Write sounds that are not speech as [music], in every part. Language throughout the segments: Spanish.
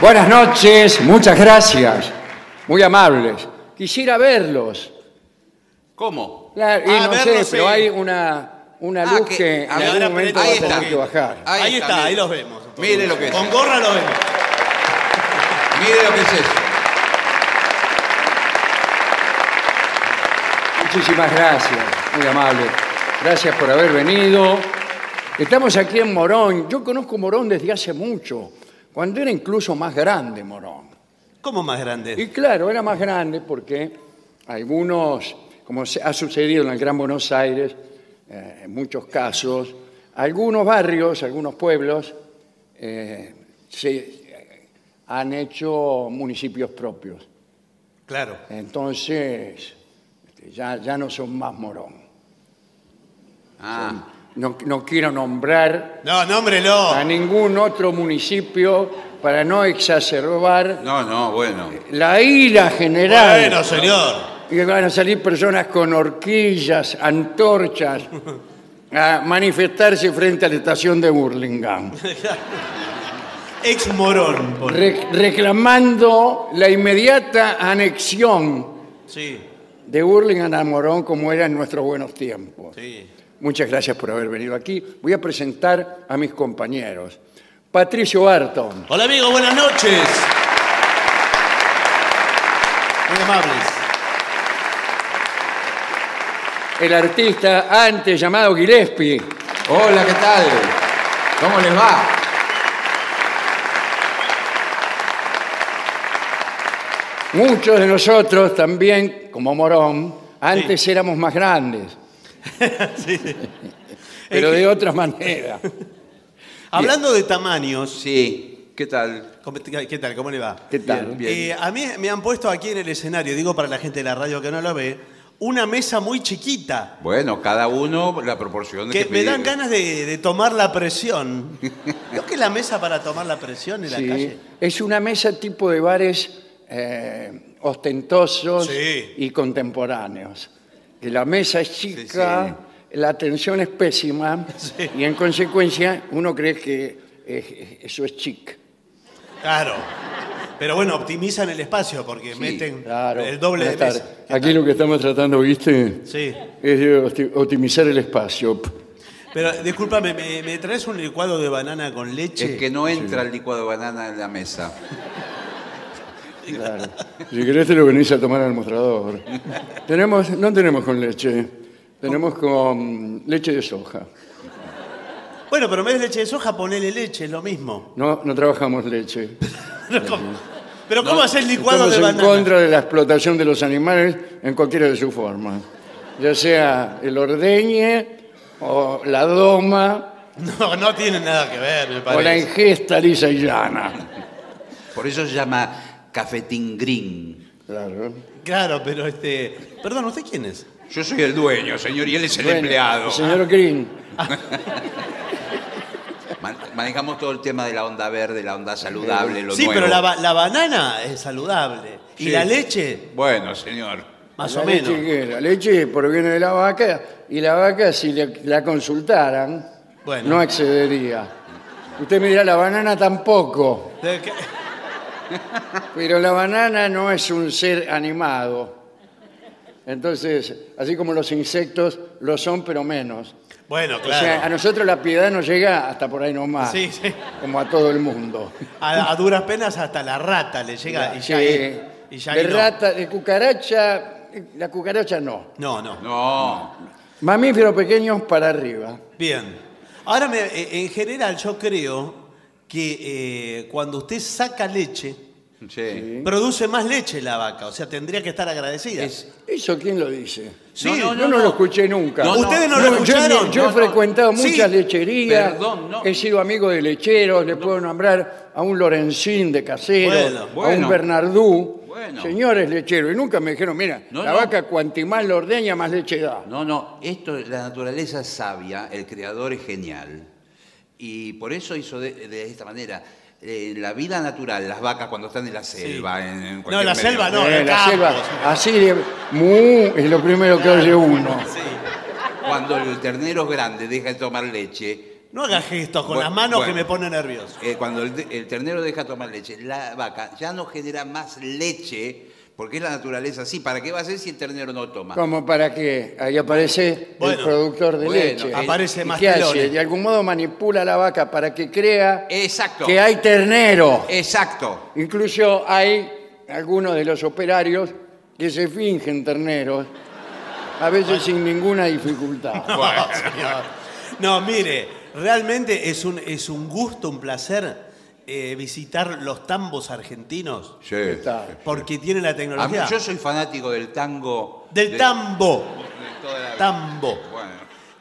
Buenas noches, muchas gracias. Muy amables. Quisiera verlos. ¿Cómo? Claro, y Ah, no verlos, sé, sí. pero hay una, una Ah, luz que- que, en a ver, algún ahora momento va prende a un tener que poquito. bajar. Ahí, Ahí está, está, ahí mire. los vemos. entonces. Mire lo que es. Con gorra los vemos. Mire lo que es eso. Muchísimas gracias, muy amable. Gracias por haber venido. Estamos aquí en Morón. Yo conozco Morón desde hace mucho, cuando era incluso más grande Morón. ¿Cómo más grande? Y claro, era más grande porque algunos, como se- ha sucedido en el Gran Buenos Aires, eh, en muchos casos, algunos barrios, algunos pueblos eh, se eh, han hecho municipios propios. Claro. Entonces, este, ya, ya no son más morón. Ah, No, no quiero nombrar No, nómbrelo. a ningún otro municipio para no exacerbar no, no, bueno. la ira general. Bueno, señor. Y van a salir personas con horquillas, antorchas, a manifestarse frente a la estación de Burlingame, Ex morón. por- re- reclamando la inmediata anexión Sí, de Burlingame a Morón como era en nuestros buenos tiempos. sí. Muchas gracias por haber venido aquí. Voy a presentar a mis compañeros. Patricio Barton, Hola amigos, buenas noches. Muy amables. el artista antes llamado Gillespie, Hola, ¿qué tal? ¿Cómo les va? Muchos de nosotros también, como Morón, antes éramos más [laughs] grandes, pero de otra manera. Hablando de tamaños, Sí, ¿qué tal? ¿cómo- ¿qué tal? ¿Cómo le va? ¿Qué tal? Bien. Eh, a mí me han puesto aquí en el escenario, digo para la gente de la radio que no lo ve, una mesa muy chiquita. Bueno, cada uno la proporción Que que me dan pide. ganas de, de tomar la presión. ¿No que la mesa para tomar la presión en la Sí, calle? Es una mesa tipo de bares eh, ostentosos Sí. y contemporáneos. Que la mesa es chica, la atención es pésima y en consecuencia uno cree que eh, eso es chic. Claro. Pero bueno, optimizan el espacio porque meten Claro. el doble de Buenas mesa. tardes. Aquí lo que estamos tratando, ¿viste? Sí. Es de opti- optimizar el espacio. Pero discúlpame, ¿me, me traes un licuado de banana con leche? Es que no entra el licuado de banana en la mesa. Claro. Si querés te lo venís a tomar al mostrador. Tenemos, no tenemos con leche, tenemos con leche de soja. Bueno, pero en vez de leche de soja, ponele leche, es lo mismo. No, no trabajamos leche. Pero ¿cómo, pero ¿cómo haces licuado Estamos de en banana? contra de la explotación de los animales en cualquiera de sus formas. Ya sea el ordeñe, o la doma, No, no tiene nada que ver, me o la parece. ingesta lisa y llana. Por eso se llama cafetín green. Claro. Claro, pero este. Perdón, ¿usted quién es? Yo soy el dueño, señor, y él es el Bueno, empleado. Señor Green, Man- manejamos todo el tema de la onda verde, la onda saludable, lo sí, nuevo. pero la, ba- la banana es saludable. Sí. Y la leche, Bueno, señor. más la o menos. leche, que- la leche proviene de la vaca y la vaca, si le- la consultaran, Bueno. no accedería. Usted me dirá, la banana tampoco, De que- pero la banana no es un ser animado. Entonces, así como los insectos lo son, pero menos. Bueno, O sea, a claro. nosotros la piedad nos llega hasta por ahí nomás, Sí, sí. como a todo el mundo. A, a duras penas hasta la rata le llega y ya Sí. ahí- y ya de ahí no. rata, de cucaracha, la cucaracha no. No, no. No. Mamíferos pequeños para arriba. Bien. Ahora, me- eh, en general, yo creo que eh, cuando usted saca leche, Sí. Produce más leche la vaca, o sea, tendría que estar agradecida. Es- ¿Eso quién lo dice? Sí, yo no, lo escuché nunca. No, no. ¿Ustedes no, No, lo yo- escucharon? Yo, he No, no. frecuentado Sí. muchas lecherías. Perdón, no. He sido amigo de lecheros. Le puedo nombrar a un Lorenzín de casero, Bueno, a un bueno. Bernardú. Bueno. Señores lecheros. Y nunca me dijeron, mira, No, la no. vaca cuanti más la ordeña, más leche da. No, no, esto, la naturaleza es sabia, el creador es genial. Y por eso hizo de, de esta manera. Eh, la vida natural, las vacas cuando están en la selva. en- en No, cualquier la medio. selva no, Eh, el la campo. selva, así de... mu, es lo primero que oye uno. Cuando el ternero es grande, deja de tomar leche. No hagas gestos con Bueno, las manos bueno. que me pone nervioso. [laughs] eh, cuando el, el ternero deja de tomar leche, la vaca ya no genera más leche, porque es la naturaleza así. ¿Para qué va a ser si el ternero no toma? Como para que ahí aparece el Bueno, productor de bueno, leche. aparece ¿Y más ¿Qué hace? telones. De algún modo manipula a la vaca para que crea Exacto. que hay ternero. Exacto. Incluso hay algunos de los operarios que se fingen terneros, a veces sin ninguna dificultad. [laughs] No, señor. No, mire, realmente es un, es un gusto, un placer eh, visitar los tambos argentinos Sí. Está. porque tienen la A mí- tecnología. yo soy fanático del tango. Del de- tambo, de toda la vida. tambo, Bueno,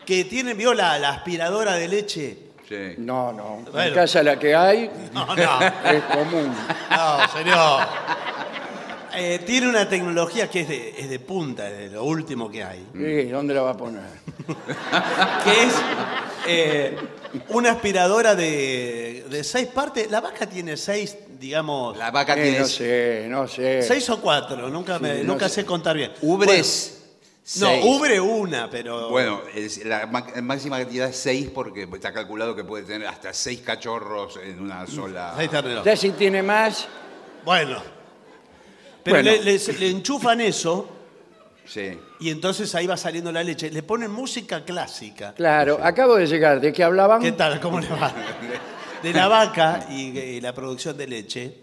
que tienen, vio la, la aspiradora de [laughs] leche. sí. No, no. En Bueno. casa la que hay No, no, es común. no, señor. Eh, tiene una tecnología que es de, es de punta, es de lo último que hay. Sí, ¿Dónde la va a poner? que es eh, una aspiradora de, de seis partes. La vaca tiene seis, digamos, La vaca Eh, tiene no sé, no sé. seis o cuatro. Nunca, me, Sí, no nunca sé. sé contar bien. ubres. Bueno, seis. no, ubre una, pero... Bueno, es- la ma- máxima cantidad es 6 porque está calculado que puede tener hasta 6 cachorros en una sola. Seis terneros. Ya si tiene más, Bueno. Pero Bueno. Le, les- le enchufan eso Sí. y entonces ahí va saliendo la leche. Le ponen música clásica. claro. Acabo de llegar. ¿De qué hablaban? ¿Qué tal? ¿Cómo le va? De la vaca y, eh, la producción de leche.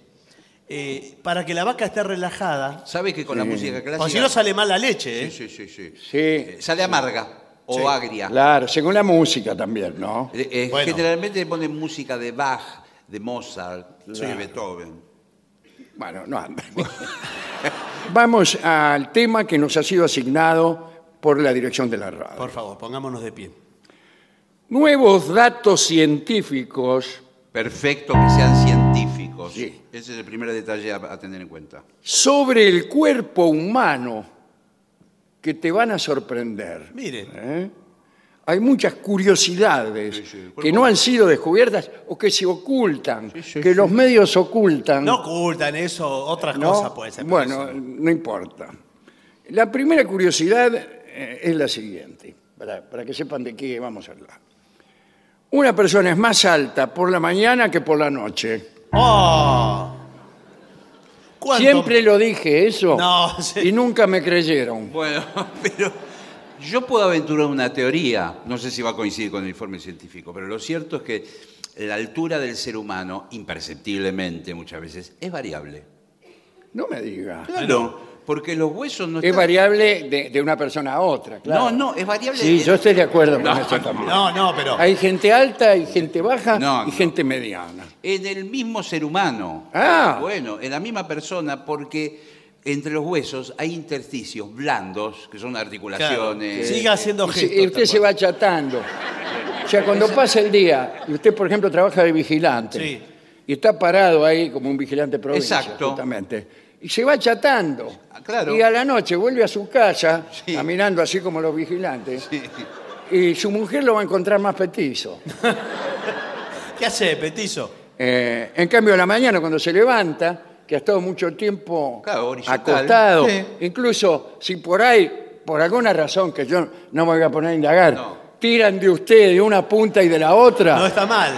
eh, para que la vaca esté relajada. ¿Sabes que con la música clásica. O si no sale mal la leche, ¿eh? Sí, sí, sí, sí. Sí, Eh, Sale amarga o Sí. agria. claro. Según la música también, ¿no? Eh, eh, Bueno. Generalmente ponen música de Bach, de Mozart, de Beethoven. Bueno, no [laughs] anda. Vamos al tema que nos ha sido asignado por la dirección de la radio. Por favor, pongámonos de pie. Nuevos datos científicos Perfecto que sean científicos. Sí. Ese es el primer detalle a, a tener en cuenta. sobre el cuerpo humano que te van a sorprender. Mire. ¿eh? Hay muchas curiosidades Sí, sí, el cuerpo- que no han sido descubiertas o que se ocultan, sí, que los medios ocultan. No ocultan eso, otras ¿no? cosas puede ser. pero bueno, eso- no importa. La primera curiosidad eh, es la siguiente, para, para que sepan de qué vamos a hablar. Una persona es más alta por la mañana que por la noche. ¡Oh! ¿Cuánto- Siempre lo dije eso [laughs] No, sí. y nunca me creyeron. Bueno, [laughs] pero yo puedo aventurar una teoría, no sé si va a coincidir con el informe científico, pero lo cierto es que la altura del ser humano, imperceptiblemente muchas veces, es variable. No me diga. Claro, porque los huesos no Es están... variable de, de una persona a otra, claro. No, no, es variable... Sí, yo estoy de acuerdo con No, eso también. No, no, pero. Hay gente alta y gente baja No, y no. gente mediana. En el mismo ser humano. Ah. Bueno, en la misma persona, porque entre los huesos hay intersticios blandos, que son claro, articulaciones. siga haciendo Y se- gestos. y usted tal se va cual. achatando. O sea, cuando pasa el día, y usted, por ejemplo, trabaja de vigilante, Sí. y está parado ahí como un vigilante de provincia, Exacto. justamente, y se va achatando. Ah, claro. Y a la noche vuelve a su casa, Sí. caminando así como los vigilantes, Sí. y su mujer lo va a encontrar más petizo. ¿Qué hace, petizo? Eh, en cambio, a la mañana, cuando se levanta, que ha estado mucho tiempo Claro, horizontal. acostado, Sí. incluso si por ahí, por alguna razón que yo no me voy a poner a indagar, No. tiran de usted de una punta y de la otra, No está mal.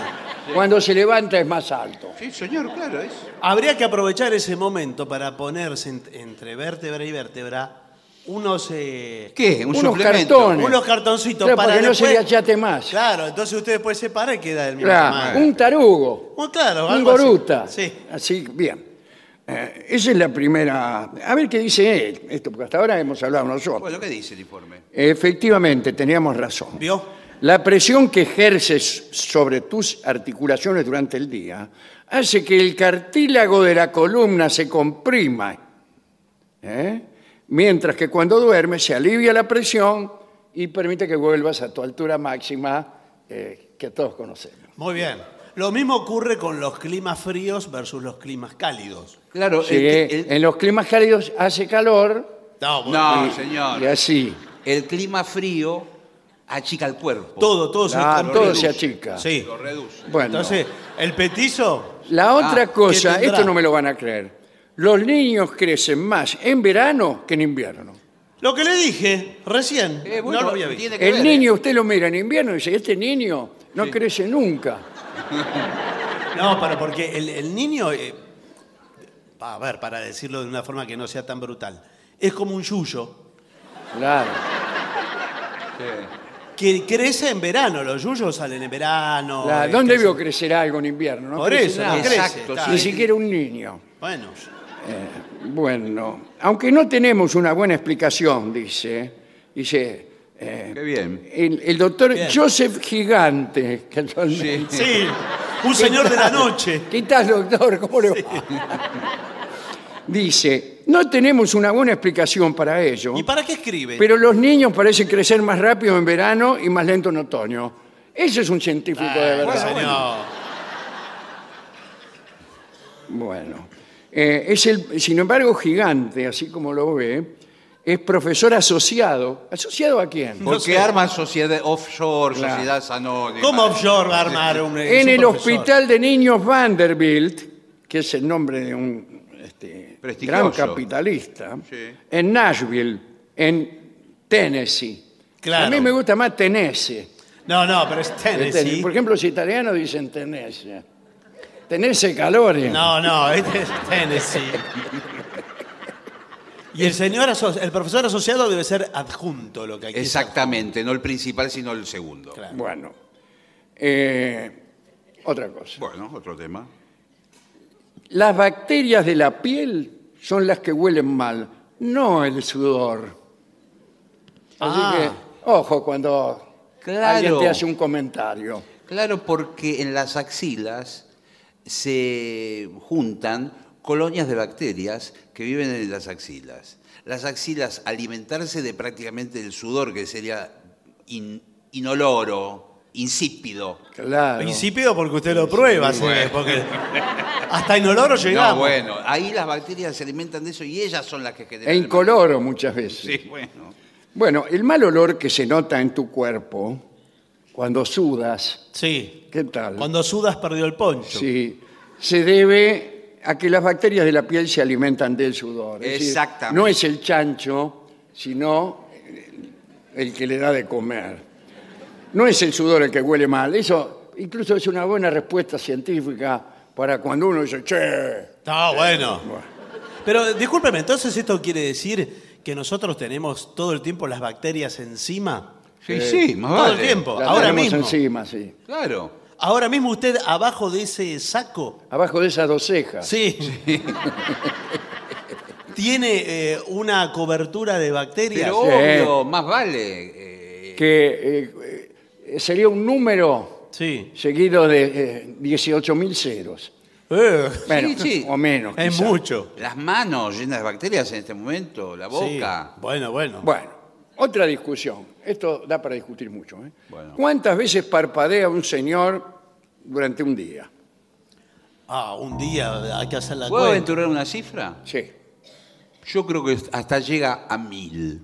cuando se levanta es más alto. Sí, señor, claro, es... Habría que aprovechar ese momento para ponerse en- entre vértebra y vértebra unos. eh, ¿Qué? ¿Un Unos suplemento? cartones. Unos cartoncitos Claro, para para que no se después- le achate más. Claro, entonces usted después se para y queda del mismo Claro, tamaño. un tarugo, Bueno, claro, un algo así. goruta. Sí. Así, bien. Eh, esa es la primera. A ver qué dice él, esto, porque hasta ahora hemos hablado nosotros. Bueno, ¿qué dice el informe? Efectivamente, teníamos razón. ¿Vio? la presión que ejerces sobre tus articulaciones durante el día hace que el cartílago de la columna se comprima, ¿eh? mientras que cuando duermes se alivia la presión y permite que vuelvas a tu altura máxima eh, que todos conocemos. Muy bien. Lo mismo ocurre con los climas fríos versus los climas cálidos. Claro, Sí, el- el- en los climas cálidos hace calor No, bueno, no, señor. y así, El clima frío achica el cuerpo. todo, todo se ah, está- todo se achica. Sí. Lo reduce. Bueno, Entonces, el petizo, La otra Ah, ¿qué cosa, tendrá? esto no me lo van a creer. Los niños crecen más en verano que en invierno. lo que le dije recién, Eh, bueno, no lo había visto. tiene que El ver, ¿eh? niño, usted lo mira en invierno y dice, este niño no crece nunca. No, pero porque el, el niño, eh, a ver, para decirlo de una forma que no sea tan brutal, es como un yuyo Claro. que crece en verano. Los yuyos salen en verano. La- eh, ¿Dónde crecen- vio crecer algo en invierno? No Por crece eso, nada. no crece. Exacto, está. Ni siquiera un niño. Bueno, Bueno, aunque no tenemos una buena explicación, dice, dice eh, Qué bien. el, el doctor Bien. Joseph Gigante, [laughs] que actualmente- Sí. sí, un señor [laughs] de la noche. ¿Qué tal, doctor? ¿Cómo le va? Dice, no tenemos una buena explicación para ello, ¿Y para qué escribe? pero los niños parecen crecer más rápido en verano y más lento en otoño. Ese es un científico Ah, de verdad. bueno, Bueno, eh, es el, sin embargo, gigante, así como lo ve, es profesor asociado. ¿Asociado a quién? No Porque sé. arman sociedad offshore, Claro. sociedades anónimas. ¿Cómo offshore va a armar un es en un el profesor? Hospital de Niños Vanderbilt, que es el nombre de un este, gran Prestigioso. capitalista, Sí. en Nashville, en Tennessee. Claro. A mí me gusta más Tennessee. No, no, pero es Tennessee. Este, Por ejemplo, los italianos dicen eh, Tennessee. Tennessee calores. No, no, este es Tennessee. Y el señor, aso- el profesor asociado debe ser adjunto, lo que aquí es Exactamente, no el principal, sino el segundo. Claro. Bueno, eh, otra cosa. Bueno, otro tema. Las bacterias de la piel son las que huelen mal, no el sudor. Así Ah. que, ojo cuando Claro. alguien te hace un comentario. Claro, porque en las axilas se juntan colonias de bacterias que viven en las axilas. Las axilas, alimentarse de prácticamente el sudor, que sería in- inoloro, insípido. Claro. Principio porque usted lo prueba, sí, bueno. porque hasta Inoloro llegamos. No, bueno, ahí las bacterias se alimentan de eso y ellas son las que generan. E incoloro muchas veces. Sí, bueno. Bueno, el mal olor que se nota en tu cuerpo cuando sudas, Sí. ¿qué tal? Cuando sudas perdió el poncho. Sí, se debe a que las bacterias de la piel se alimentan del sudor. Es decir, Exactamente. no es el chancho, sino el que le da de comer. No es el sudor el que huele mal. Eso incluso es una buena respuesta científica para cuando uno dice, che, No, bueno. Pero discúlpeme, entonces esto quiere decir que nosotros tenemos todo el tiempo las bacterias encima. Sí, sí, más Todo el vale. tiempo, la ahora tenemos mismo. encima, sí. Claro. Ahora mismo usted abajo de ese saco Abajo de esas dos cejas. Sí. [laughs] Tiene eh, una cobertura de bacterias. Pero obvio, más vale. eh, Que eh, eh, sería un número Sí. seguido de eh, 18.000 ceros. Eh, Bueno, sí. o menos. es quizá. mucho. las manos llenas de bacterias en este momento, la boca. Sí. Bueno, bueno. Bueno, otra discusión. Esto da para discutir mucho. ¿eh? Bueno. ¿Cuántas veces parpadea un señor durante un día? Ah, un día hay que hacer la ¿Puedo cuenta. aventurar una cifra? Sí. Yo creo que hasta llega a mil.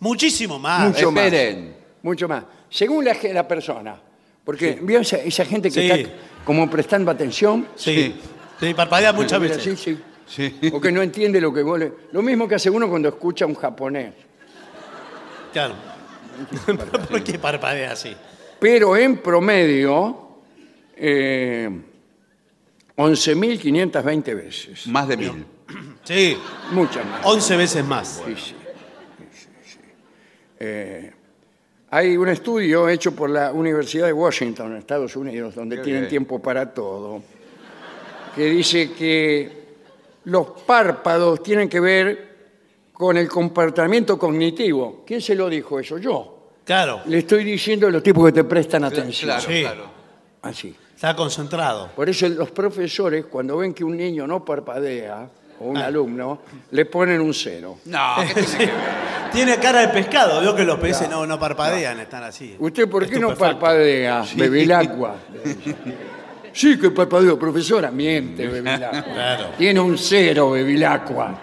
Muchísimo más. Mucho más. Ah, Esperen. Mucho más. Según la, ge- la persona. Porque vio esa, esa gente que Sí. está como prestando atención. Sí. Sí, parpadea muchas Mira, veces. sí, sí. O que no entiende lo que vos le- Lo mismo que hace uno cuando escucha a un japonés. Claro. ¿Por qué parpadea así? Pero en promedio, eh, 11.520 veces. Más de mil. Sí. Muchas más. 11 veces más. Sí, sí, sí, sí. Eh, hay un estudio hecho por la Universidad de Washington, en Estados Unidos, donde Qué tienen bien. tiempo para todo, que dice que los párpados tienen que ver con el comportamiento cognitivo. ¿Quién se lo dijo eso? Yo. Claro, Le estoy diciendo a los tipos que te prestan atención. Claro, Sí. claro. Así. está concentrado. [laughs] Por eso los profesores, cuando ven que un niño no parpadea, o un Ah. alumno, le ponen un cero. No, ¿qué tiene que ver? Tiene cara de pescado, veo que los peces no, no parpadean, están así. ¿Usted por qué no Estupefacto. parpadea? Bebe el [laughs] agua. Sí, que parpadeo, profesora. Mm. Miente, bebe el agua. Claro. Tiene un cero, bebe el agua.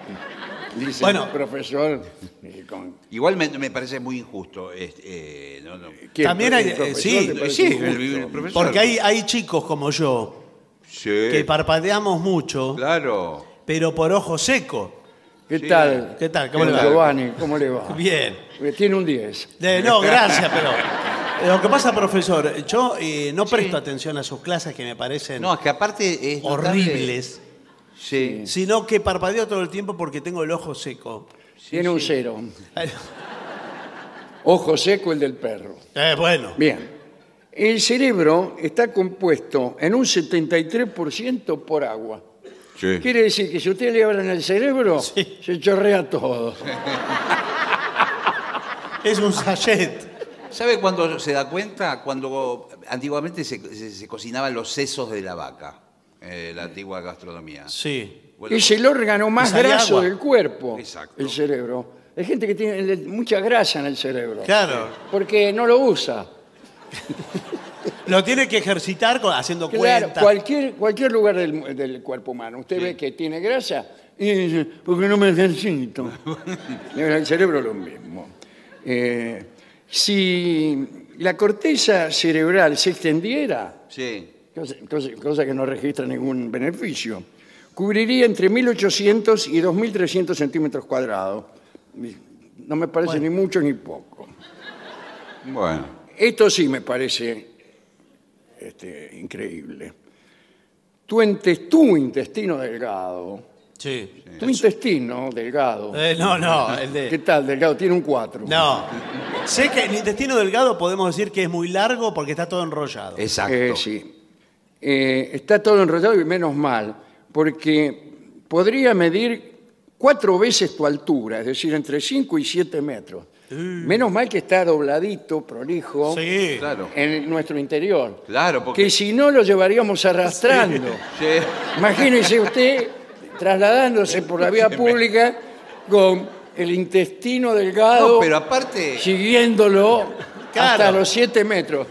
Dice Bueno. el profesor. eh, con- [laughs] Igual me, me parece muy injusto. este, eh, no, no. ¿Quién? También hay- eh, ¿El profesor sí, le parece Sí, el, injusto? el profesor. Porque hay, hay chicos como yo Sí, que parpadeamos mucho, Eh. claro. pero por ojo seco. ¿Qué tal? ¿Qué tal? ¿Cómo le va? Giovanni, ¿cómo le va? Bien. Porque Tiene un 10. De- no, gracias, pero. Lo que pasa, profesor, yo eh, no presto atención a sus clases que me parecen No, es que aparte es notable- horribles, Sí. sino que parpadeo todo el tiempo porque tengo el ojo seco. Tiene un cero. Eh, Ojo seco el del perro. eh, bueno, Bien. El cerebro está compuesto en un 73% por agua. Sí. Quiere decir que si usted le abren el cerebro, Sí. se chorrea todo. es un sachet. ¿Sabe cuándo se da cuenta? Cuando antiguamente se, se- se cocinaban los sesos de la vaca, eh, la antigua gastronomía. Sí. Bueno, es el órgano más sale graso agua. del cuerpo, Exacto. el cerebro. Hay gente que tiene le- mucha grasa en el cerebro. Claro. Porque no lo usa. Lo tiene que ejercitar con- haciendo Claro, cuentas. cualquier, cualquier lugar del, mu- del cuerpo humano. Usted ve que tiene grasa y dice, ¿por qué no me [laughs] ejercito? el cerebro lo mismo. Eh, si la corteza cerebral se extendiera, sí. cosa, cosa- cosa que no registra ningún beneficio. Cubriría entre 1.800 y 2.300 centímetros cuadrados. No me parece ni mucho ni poco. Bueno. Esto sí me parece este, increíble. Tu, entes- tu intestino delgado, Sí. tu intestino delgado, Eh, no, no, el ¿qué de. tal delgado? Tiene un 4. No. Sé que el intestino delgado podemos decir que es muy largo porque está todo enrollado. Exacto. Eh, sí. Eh, está todo enrollado y menos mal, porque podría medir cuatro veces tu altura, es decir, entre 5 y 7 metros. Menos mal que está dobladito, prolijo, Sí. Claro. en nuestro interior. Claro, porque. Que si no lo llevaríamos arrastrando. Sí. Imagínese [laughs] usted trasladándose por la vía pública con el intestino delgado No, pero aparte. siguiéndolo hasta Claro. los 7 metros.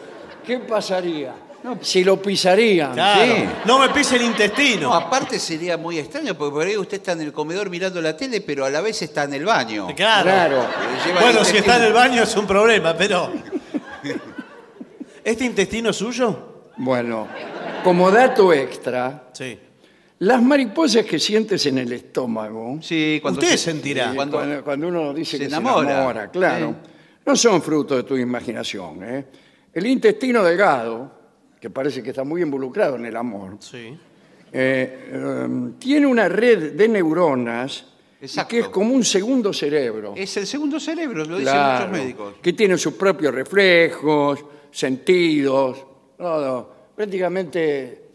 ¿Qué pasaría? Si lo pisarían. Claro. Sí. No me pise el intestino. No, aparte sería muy extraño, porque por ahí usted está en el comedor mirando la tele, pero a la vez está en el baño. Claro. Claro. Le lleva el Bueno, si intestino. está en el baño es un problema, pero. ¿Este intestino es suyo? Bueno, como dato extra, Sí. las mariposas que sientes en el estómago, Sí, cuando Usted se- sentirá. sí, cuando, cuando- cuando uno dice se que enamora. se enamora, claro, no son fruto de tu imaginación. ¿eh? El intestino delgado, que parece que está muy involucrado en el amor, Sí. eh, em, tiene una red de neuronas Exacto. que es como un segundo cerebro. Es el segundo cerebro, lo Claro, dicen muchos médicos. Que tienen sus propios reflejos, sentidos, todo. Prácticamente,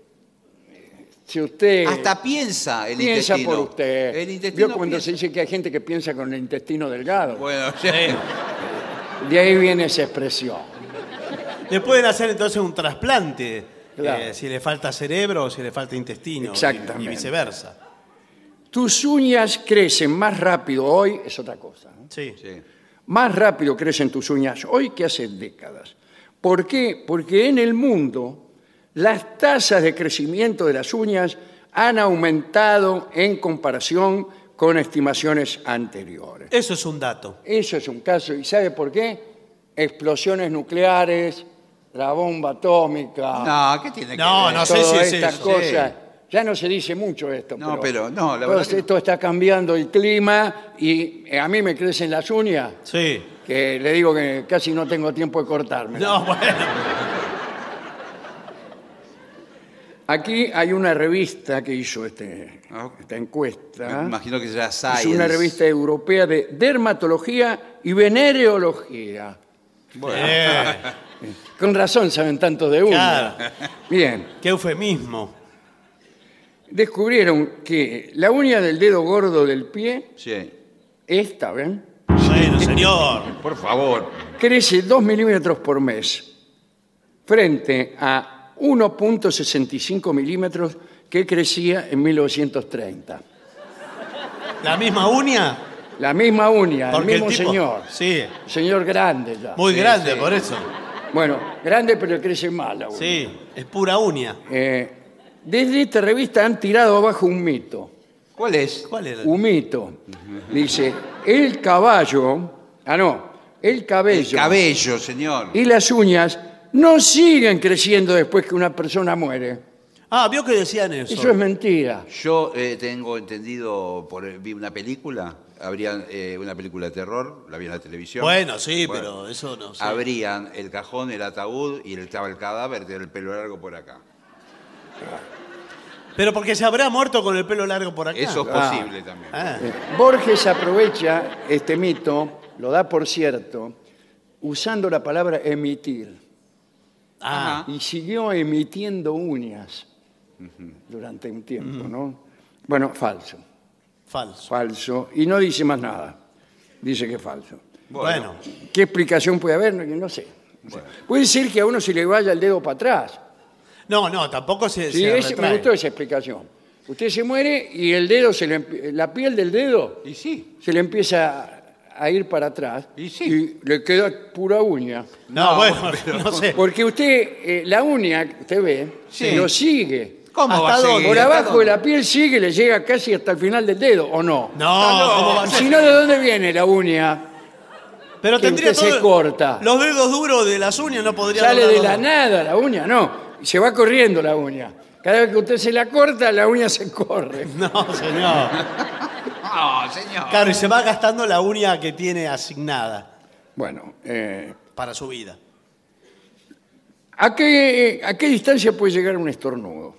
eh, si usted Hasta piensa el piensa intestino. por usted. El intestino. Vio cuando piensa. se dice que hay gente que piensa con el intestino delgado. Bueno, sí. Eh, De ahí viene esa expresión. Le pueden hacer entonces un trasplante. Claro. eh, si le falta cerebro o si le falta intestino. y- Y, Exactamente. viceversa. Tus uñas crecen más rápido hoy, es otra cosa. ¿eh? ¿no? Sí. Sí. Más rápido crecen tus uñas hoy que hace décadas. ¿Por qué? Porque en el mundo las tasas de crecimiento de las uñas han aumentado en comparación con estimaciones anteriores. Eso es un dato. Eso es un caso. ¿Y sabe por qué? Explosiones nucleares, la bomba atómica, No, ¿qué tiene que No, ver? no sé todas si es estas eso. cosas. Ya no se dice mucho esto. No, pero no, la todo verdad que no. Esto está cambiando el clima y eh, a mí me crecen las uñas Sí. que le digo que casi no tengo tiempo de cortarme. No, bueno. Aquí hay una revista que hizo este, Ah. esta encuesta. Me imagino que será ¿eh? es Science. una revista europea de dermatología y venereología. Eh, Con razón saben tanto de uno. Claro. Bien, qué eufemismo. descubrieron que la uña del dedo gordo del pie, Sí. esta, ¿ven? Bueno, señor. Por favor. crece 2 milímetros por mes frente a 1.65 milímetros que crecía en 1930. ¿La misma uña? La misma uña, el Porque el mismo tipo- señor. Sí. Señor grande ya. Muy Sí, grande, sí. por eso. Bueno, grande pero crece mal la uña. Sí, es pura uña. Eh, desde esta revista han tirado abajo un mito. ¿Cuál es? ¿Cuál era? Un mito. Dice, el caballo, ah no, el El cabello cabello, señor. y las uñas no siguen creciendo después que una persona muere. Ah, vio que decían eso. Eso es mentira. Yo eh, tengo entendido, por, vi una película, habría eh, una película de terror, la vi en la televisión. Bueno, sí, Bueno, pero eso no sé. Abrían el cajón, el ataúd y estaba el cadáver del pelo largo por acá. Ah, Pero porque se habrá muerto con el pelo largo por acá. Eso es Ah. posible también. Ah, Eh, Borges aprovecha este mito, lo da por cierto, usando la palabra emitir. ah, y siguió emitiendo uñas durante un tiempo, ¿no? Bueno, falso, falso. falso, y no dice más nada, dice que es falso. Bueno. ¿Qué explicación puede haber? No, no sé. Puede ser que a uno se le vaya el dedo para atrás. No, no, tampoco se, Sí, se ese- me retrae. gustó esa explicación. Usted se muere y el dedo se le empie- la piel del dedo Y sí. se le empieza a ir para atrás Y sí. y le queda pura uña. No, No, bueno, [laughs] pero- no sé. Porque usted, eh, la uña, que usted ve, Sí. lo sigue. ¿Cómo va a ¿Hasta dónde? seguir? Por ¿hasta abajo dónde? de la piel sigue, le llega casi hasta el final del dedo, ¿o no? No, ¿cómo va a Y ser? Si no, ¿de dónde viene la uña? pero que tendría usted todo. se corta. Los dedos duros de las uñas no podrían. Sale de la doblarlos. nada la uña, no. Y Se va corriendo la uña. Cada vez que usted se la corta, la uña se corre. [laughs] No, señor. No, señor. Claro, y se va gastando la uña que tiene asignada Bueno, eh, para su vida. ¿a, qué, ¿a qué distancia puede llegar un estornudo?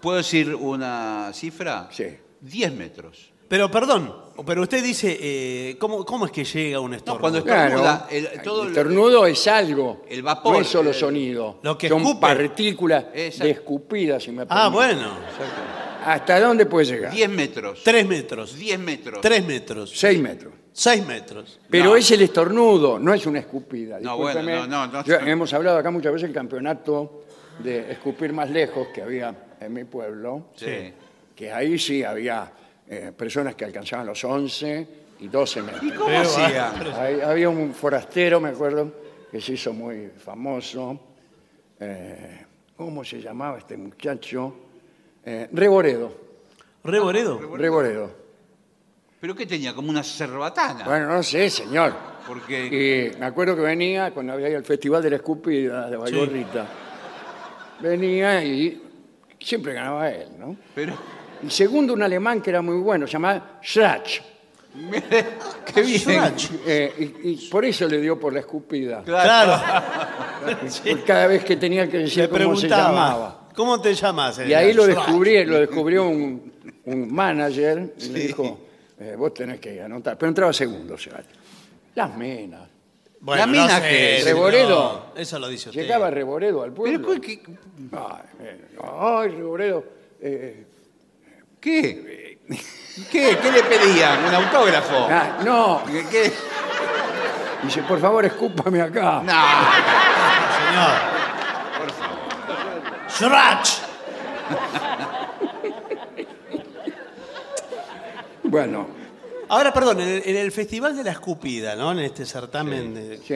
¿Puedo decir una cifra? Sí. 10 metros. Pero perdón, pero usted dice, eh, ¿cómo, ¿cómo es que llega un estornudo? cuando está- Estornuda, el- todo el lo- estornudo es algo. El vapor, No es solo el- sonido. lo que Son escupe. partículas Exacto. de escupidas, si me permite. Ah, bueno, ¿Hasta dónde puede llegar? 10 metros. Ah. tres metros, 10 metros. tres metros, Seis metros. seis metros. Pero No. es el estornudo, no es una escupida. No, bueno, discúlpeme. no, no, no. Yo- hemos hablado acá muchas veces del campeonato de escupir más lejos que había en mi pueblo. Sí. Que ahí sí había eh, personas que alcanzaban los 11 y 12 ¿Y metros. cómo Pero, hacían? Ahí había un forastero, me acuerdo, que se hizo muy famoso. Eh, ¿Cómo se llamaba este muchacho? Eh, Reboredo. Reboredo. Reboredo. ¿Pero qué tenía? Como una cerbatana. Bueno, no sé, señor. Porque Y me acuerdo que venía cuando había ido al Festival de la Escupida de Valgorrita. Venía y siempre ganaba él, ¿no? pero Y segundo, un alemán que era muy bueno, se llamaba Schrach. qué bien. Schrach. Eh, y, y por eso le dio por la escupida. Claro, Por cada vez que tenía que decir le cómo se llamaba. preguntaba. ¿Cómo te llamas? Y ahí lo descubrí. descubrí, lo descubrió un, un manager y le dijo, eh, vos tenés que anotar. Pero entraba segundo, Schrach. Las menas. Bueno, La mina no sé, que- señor. Reboredo. Eso lo dice usted. Llegaba Reboredo al Pero, pueblo. ¿cu- ¿qué? Ay, eh, ay, Reboredo. eh, ¿Qué? ¿Qué? ¿Qué le pedían? ¿Un autógrafo? Ah, no, ¿Qué? qué? dice, por favor, escúpame acá. No. Señor. Schrach. Bueno, Ahora, perdón, en el, en el Festival de la Escupida, ¿no? En este certamen. de- sí.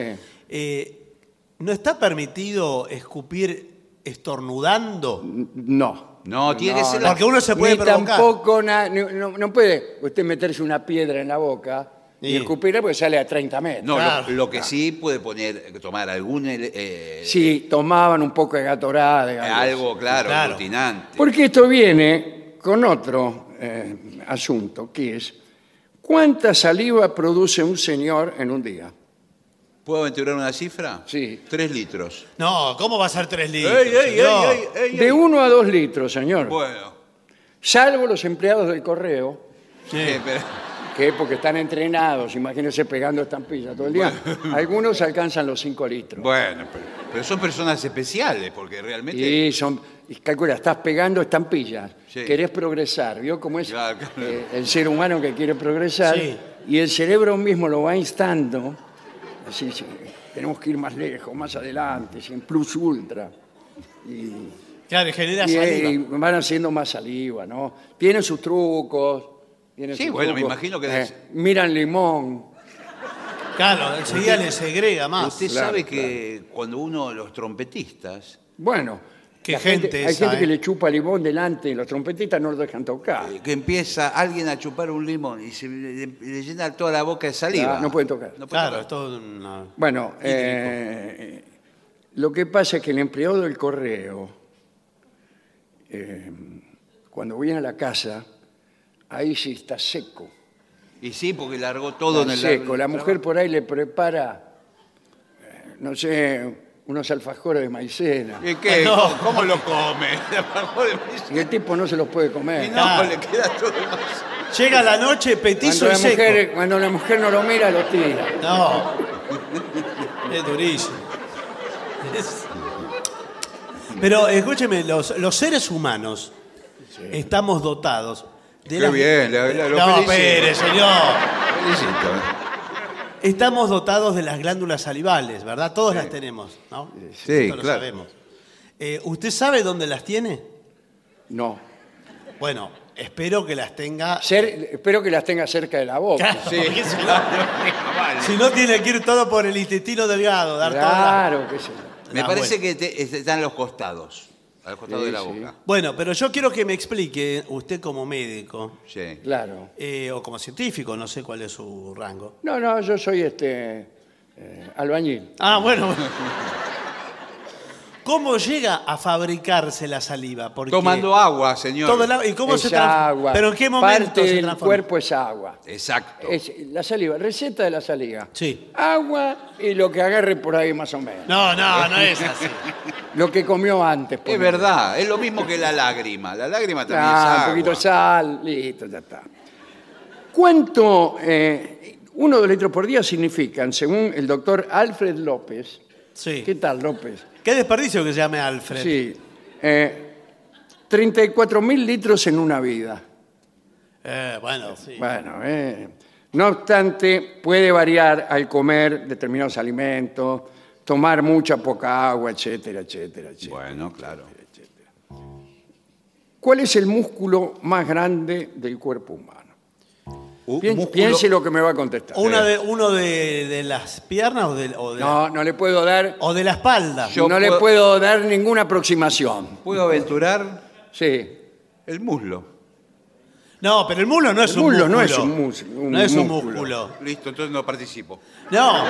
Eh, ¿No está permitido escupir estornudando? no. No, tiene ese... Porque uno se puede Ni provocar. tampoco, na- ni- no, no puede usted meterse una piedra en la boca y Sí. escupirla porque sale a 30 metros. No, lo- Claro. lo, que sí puede poner, tomar algún... eh, Sí, tomaban un poco de gatorada. de Algo, claro, Claro. rutinante. Porque esto viene con otro eh, asunto, que es, ¿cuánta saliva produce un señor en un día? ¿Puedo aventurar una cifra? Sí. Tres litros. No, ¿cómo va a ser tres litros? ¡Ey, ey, señor? ey, ey, ey, De ey! 1 a 2 litros, señor. Bueno. Salvo los empleados del correo, Sí. Eh, pero- que porque están entrenados, imagínense pegando estampillas todo el día. Algunos alcanzan los 5 litros. bueno, pero, pero son personas especiales, porque realmente... Y son, y calcula, estás pegando estampillas, este- Sí. querés progresar, ¿vio cómo es Claro, claro. eh, el ser humano que quiere progresar? Sí. Y el cerebro mismo lo va instando Así, sí, tenemos que ir más lejos, más adelante, sin plus ultra. Y Claro, genera Y, eh, saliva. van haciendo más saliva, ¿no? Tienen sus trucos. tienen Sí, sus bueno, me trucos. Eh, imagino que des- miran limón. Claro, enseguida le segrega más. Usted claro, sabe que cuando uno, los trompetistas, Bueno. Qué la gente Hay esa, gente que ¿eh? le chupa limón delante y los trompetistas no lo dejan tocar. eh, que empieza alguien a chupar un limón y se le, le llena toda la boca de saliva. No, no pueden tocar. No pueden Claro, tocar. es todo una- Bueno, eh, lo que pasa es que el empleado del correo, eh, cuando viene a la casa, ahí sí está seco. Y sí, porque largó todo en el seco. La mujer por ahí le prepara, eh, no sé, unos alfajores de maicena. ¿Y qué? Ah, No. ¿Cómo- ¿Cómo lo come? [laughs] Y el tipo no se los puede comer. Y no, Claro. le queda todo más. Llega la noche, cuando, petizo y la seco. mujer, cuando la mujer no lo mira, lo tira. No. Es durísimo. Es- Pero escúcheme, los, los seres humanos estamos dotados de Qué las- bien, la- la- lo No, felicito. espere, señor. Felicito, ¿eh? Estamos dotados de las glándulas salivales, ¿verdad? Todos las tenemos, ¿no? Sí, Esto lo claro. sabemos. Eh, ¿Usted sabe dónde las tiene? No. Bueno, espero que las tenga. Cer- espero que las tenga cerca de la boca. Claro, porque si, no, si no tiene que ir todo por el intestino delgado, dar todas las- Claro, qué sé yo. Me La parece que te- es- están los costados, al costado Sí, de la sí. boca. Bueno, pero yo quiero que me explique, usted como médico, Sí. Claro. eh, o como científico, no sé cuál es su rango. No, no, yo soy este eh, albañil. Ah, bueno. bueno. ¿Cómo llega a fabricarse la saliva? Porque Tomando agua, señor. todo el agua- ¿Y cómo es se transforma? agua. ¿Pero en qué momento Parte se del transforma? cuerpo es agua. Exacto. Es la saliva, receta de la saliva. Sí. Agua y lo que agarre por ahí más o menos. No, no, [laughs] no es así. Lo que comió antes. Es ponele. verdad, es lo mismo que la lágrima. La lágrima también Ah, es agua. un poquito de sal, listo, ya está. ¿Cuánto eh, uno de litros por día significan, según el doctor Alfred López? Sí. ¿Qué tal, López? Qué desperdicio que se llame Alfred. Sí. Eh, 34.000 litros en una vida. Eh, bueno, sí. Bueno, eh, no obstante, puede variar al comer determinados alimentos, tomar mucha poca agua, etcétera, etcétera, etcétera. Bueno, claro. ¿Cuál es el músculo más grande del cuerpo humano? Un Pien- Uh, músculo- Piense lo que me va a contestar. Una de, ¿Uno de, de las piernas o de, o de- No, no le puedo dar, o de la espalda? Yo- no le puedo- puedo dar ninguna aproximación. Puedo aventurar Sí. el muslo. No, pero el muslo no es El un muslo músculo. no es un mus- un No es un músculo. músculo. Listo, entonces no participo. No.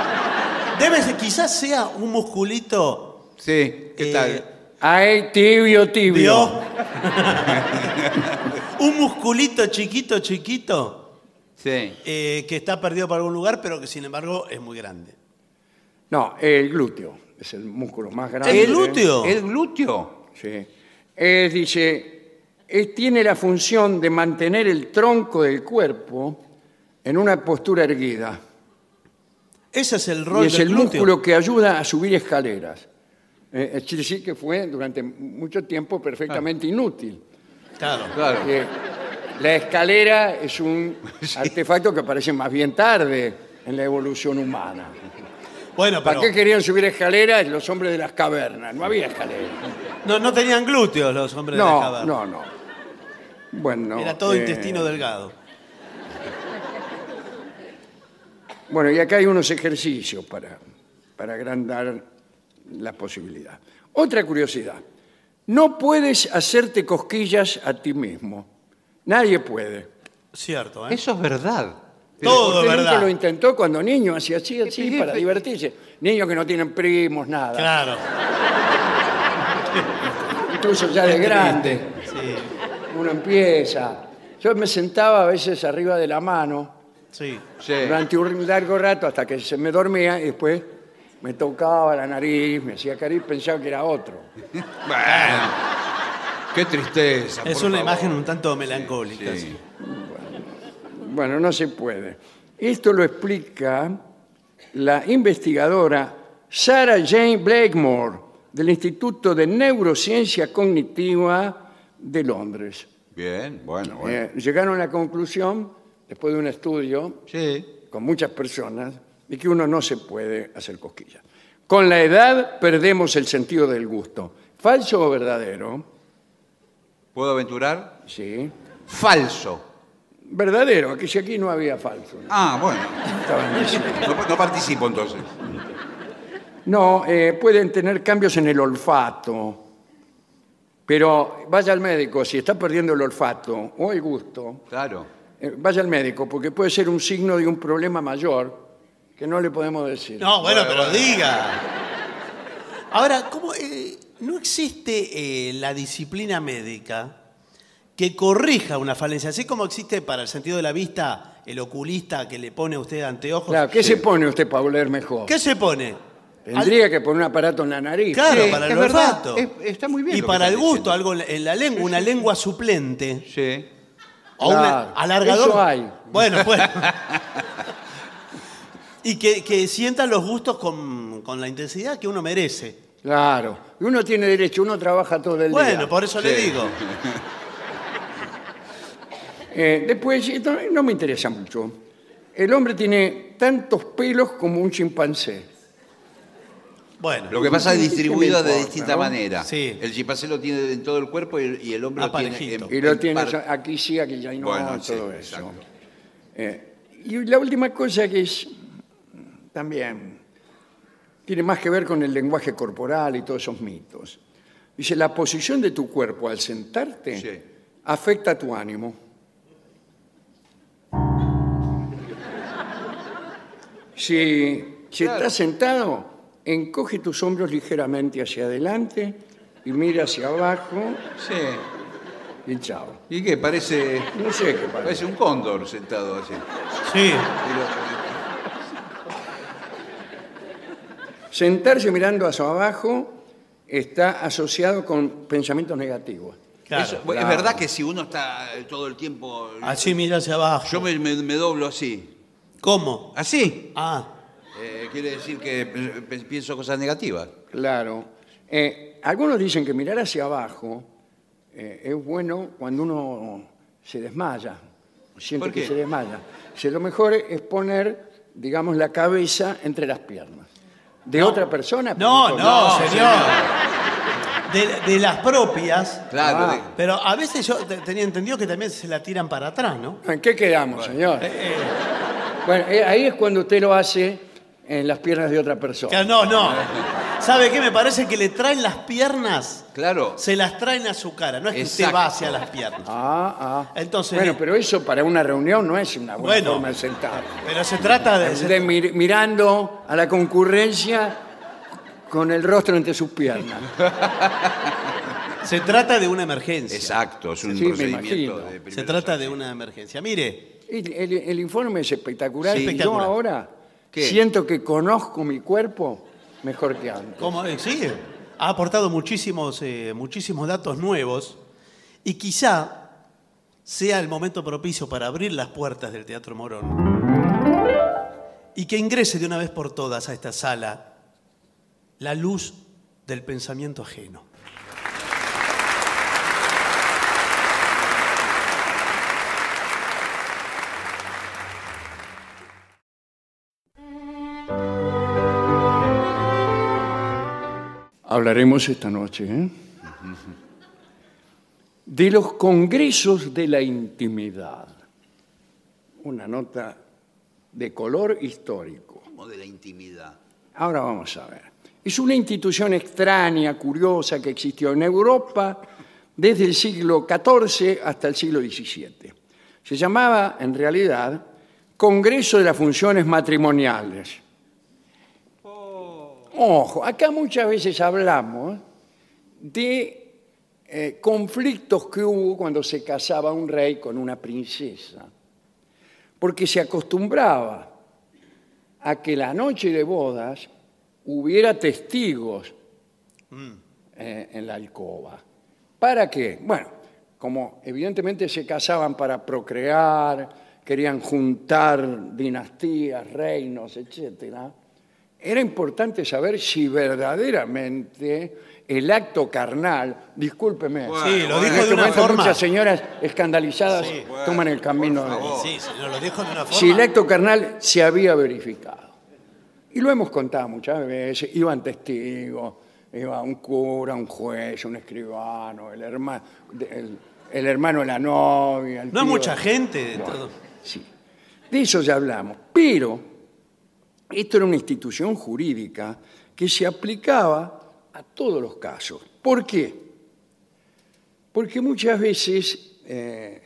Debe ser, quizás sea un musculito. Sí, ¿qué eh, tal? Ay, tibio, tibio. ¿Vio? [laughs] un musculito chiquito, chiquito, Sí. eh, que está perdido por algún lugar, pero que sin embargo es muy grande. No, el glúteo es el músculo más grande. ¿El glúteo? ¿El glúteo? Sí. Eh, dice, eh, tiene la función de mantener el tronco del cuerpo en una postura erguida. Ese es el Y rol es del el glúteo. músculo que ayuda a subir escaleras. Eh, es decir, que fue durante mucho tiempo perfectamente inútil. Claro. Claro. Eh, la escalera es [laughs] un artefacto que aparece más bien tarde en la evolución humana. Bueno, ¿Para qué pero querían subir escaleras los hombres de las cavernas? No había escalera. no, no tenían glúteos los hombres de la No, caverna. no, no. Bueno. Era todo eh, intestino delgado. Bueno, y acá hay unos ejercicios para, para agrandar la posibilidad. Otra curiosidad. No puedes hacerte cosquillas a ti mismo. Nadie puede. Cierto, ¿eh? Eso es verdad. Todo es Usted nunca verdad. lo intentó cuando niño, así, así, así, para divertirse. Niños que no tienen primos, nada. Claro. Incluso ya de grande. Sí, Uno empieza. Yo me sentaba a veces arriba de la mano sí. Sí. durante un largo rato hasta que se me dormía y después me tocaba la nariz, me hacía cariño y pensaba que era otro. Bueno. Qué tristeza. Es por una favor. imagen un tanto melancólica. Sí. sí. Bueno, no se puede. Esto lo explica la investigadora Sarah Jane Blakemore del Instituto de Neurociencia Cognitiva de Londres. Bien, bueno, bueno. Eh, llegaron a la conclusión, después de un estudio Sí. con muchas personas, y que uno no se puede hacer cosquillas. Con la edad perdemos el sentido del gusto. ¿Falso o verdadero? ¿Puedo aventurar? Sí. Falso. Verdadero, aquí si aquí no había falso. ¿no? Ah, bueno. Estaban diciendo. No, no participo entonces. No, eh, pueden tener cambios en el olfato. Pero vaya al médico, si está perdiendo el olfato o el gusto, Claro. eh, vaya al médico, porque puede ser un signo de un problema mayor que no le podemos decir. No, bueno, pero diga. Ahora, ¿cómo, eh, no existe eh, la disciplina médica que corrija una falencia? Así como existe para el sentido de la vista el oculista que le pone a usted anteojos. Claro, ¿qué se pone usted para oler mejor? ¿Qué se pone? Tendría que poner un aparato en la nariz. Claro, Sí, para es el verdad, olfato. es- está muy bien Y lo que para están el gusto, diciendo. algo en la- en la lengua, una lengua suplente. Sí. O un Claro, alargador. eso hay. Bueno, [laughs] bueno. y que, que sientan los gustos con, con la intensidad que uno merece. Claro. Y Uno tiene derecho, uno trabaja todo el día. Bueno, por eso le Sí. digo. Eh, después, esto no me interesa mucho. El hombre tiene tantos pelos como un chimpancé. Bueno, Lo que pasa es ¿Qué- qué distribuido me de importa, distinta no? manera. Sí. El chimpancé lo tiene en todo el cuerpo y el, y el hombre lo tiene Aparejito. en- Y lo en tiene par- aquí sí, aquí ya y no, Bueno, sí, todo eso. exacto. Eh, y la última cosa que es mm, también tiene más que ver con el lenguaje corporal y todos esos mitos. Dice, la posición de tu cuerpo al sentarte Sí. afecta tu ánimo. Si, si Claro. estás sentado, encoge tus hombros ligeramente hacia adelante y mira hacia abajo Sí. y chao. ¿Y qué? Parece, No sé qué pasa. parece un cóndor sentado así. eh, sí. Sentarse mirando hacia abajo está asociado con pensamientos negativos. Claro. Eso- bueno, Es verdad que si uno está eh, todo el tiempo... Ah. Así mira hacia abajo. Yo me, me- me doblo así. ¿Cómo? ¿Así? Ah, Eh, quiere decir que pe- pe- pienso cosas negativas. Claro. Eh, algunos dicen que mirar hacia abajo eh, es bueno cuando uno se desmaya, siente ¿Por que qué? se desmaya. Si lo mejor es poner, digamos, la cabeza entre las piernas. ¿De otra persona? no, preguntó. no, señor. De, de las propias. Claro. Ah. de- Pero a veces yo te- tenía entendido que también se la tiran para atrás, ¿no? ¿En qué quedamos, señor? Bueno, eh, ahí es cuando usted lo hace en las piernas de otra persona. Que No, no. ¿Sabe qué? Me parece que le traen las piernas, Claro. se las traen a su cara. No es que usted Exacto. va hacia las piernas. Ah, ah. Entonces- eh, bueno, pero eso para una reunión no es una buena Bueno. Eh, forma de sentar. Pero se trata de. Usted mir- mirando a la concurrencia con el rostro entre sus piernas. Se trata de una emergencia. Exacto, es un Sí, me procedimiento imagino. de primeros Se trata de auxilios. una emergencia. Mire, El, el- el informe es espectacular. Sí. y Yo Espectacular. ahora ¿Qué? siento que conozco mi cuerpo mejor que antes. ¿cómo eh, sí, Ha aportado muchísimos, eh, muchísimos datos nuevos y quizá sea el momento propicio para abrir las puertas del Teatro Morón y que ingrese de una vez por todas a esta sala la luz del pensamiento ajeno. Hablaremos esta noche ¿eh? de los congresos de la intimidad. Una nota de color histórico. Como de la intimidad. Ahora vamos a ver. Es una institución extraña, curiosa, que existió en Europa desde el siglo XIV hasta el siglo XVII. Se llamaba, en realidad, Congreso de las Funciones Matrimoniales. Ojo, acá muchas veces hablamos de eh, conflictos que hubo cuando se casaba un rey con una princesa, porque se acostumbraba a que la noche de bodas hubiera testigos eh, en la alcoba. ¿Para qué? Bueno, como evidentemente se casaban para procrear, querían juntar dinastías, reinos, etcétera, era importante saber si verdaderamente el acto carnal, discúlpeme, Bueno, Sí, lo bueno, dijo en este de una momento forma. muchas señoras escandalizadas Sí. toman el camino de por favor. Sí, se lo dijo de una forma. si el acto carnal se había verificado. Y lo hemos contado muchas veces, iban testigos, iba un cura, un juez, un escribano, el hermano, el, el hermano de la novia. el No hay tío mucha de- gente. de Bueno, todo. sí. De eso ya hablamos. Pero esto era una institución jurídica que se aplicaba a todos los casos. ¿Por qué? Porque muchas veces eh,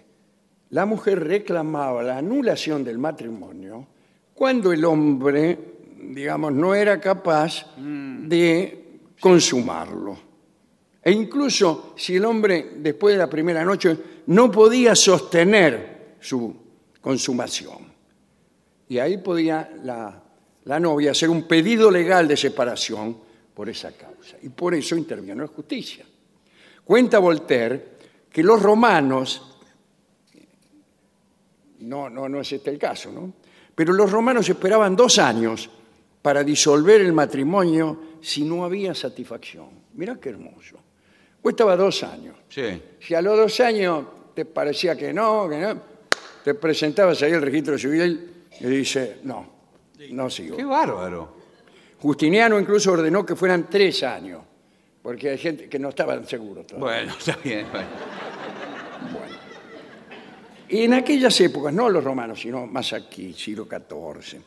la mujer reclamaba la anulación del matrimonio cuando el hombre, digamos, no era capaz de consumarlo. E incluso si el hombre, después de la primera noche, no podía sostener su consumación. Y ahí podía la, la novia hacer un pedido legal de separación por esa causa. Y por eso intervino la justicia. Cuenta Voltaire que los romanos, no, no, no es este el caso, ¿no? Pero los romanos esperaban dos años para disolver el matrimonio si no había satisfacción. Mirá qué hermoso. Cuestaba dos años. Sí. Si a los dos años te parecía que no, que no, te presentabas ahí al registro civil y dice, no, no sigo. Qué bárbaro. Justiniano incluso ordenó que fueran tres años, porque hay gente que no estaban seguros todavía. Bueno, [laughs] está bien. bueno. Y en aquellas épocas, no los romanos, sino más aquí, siglo XIV,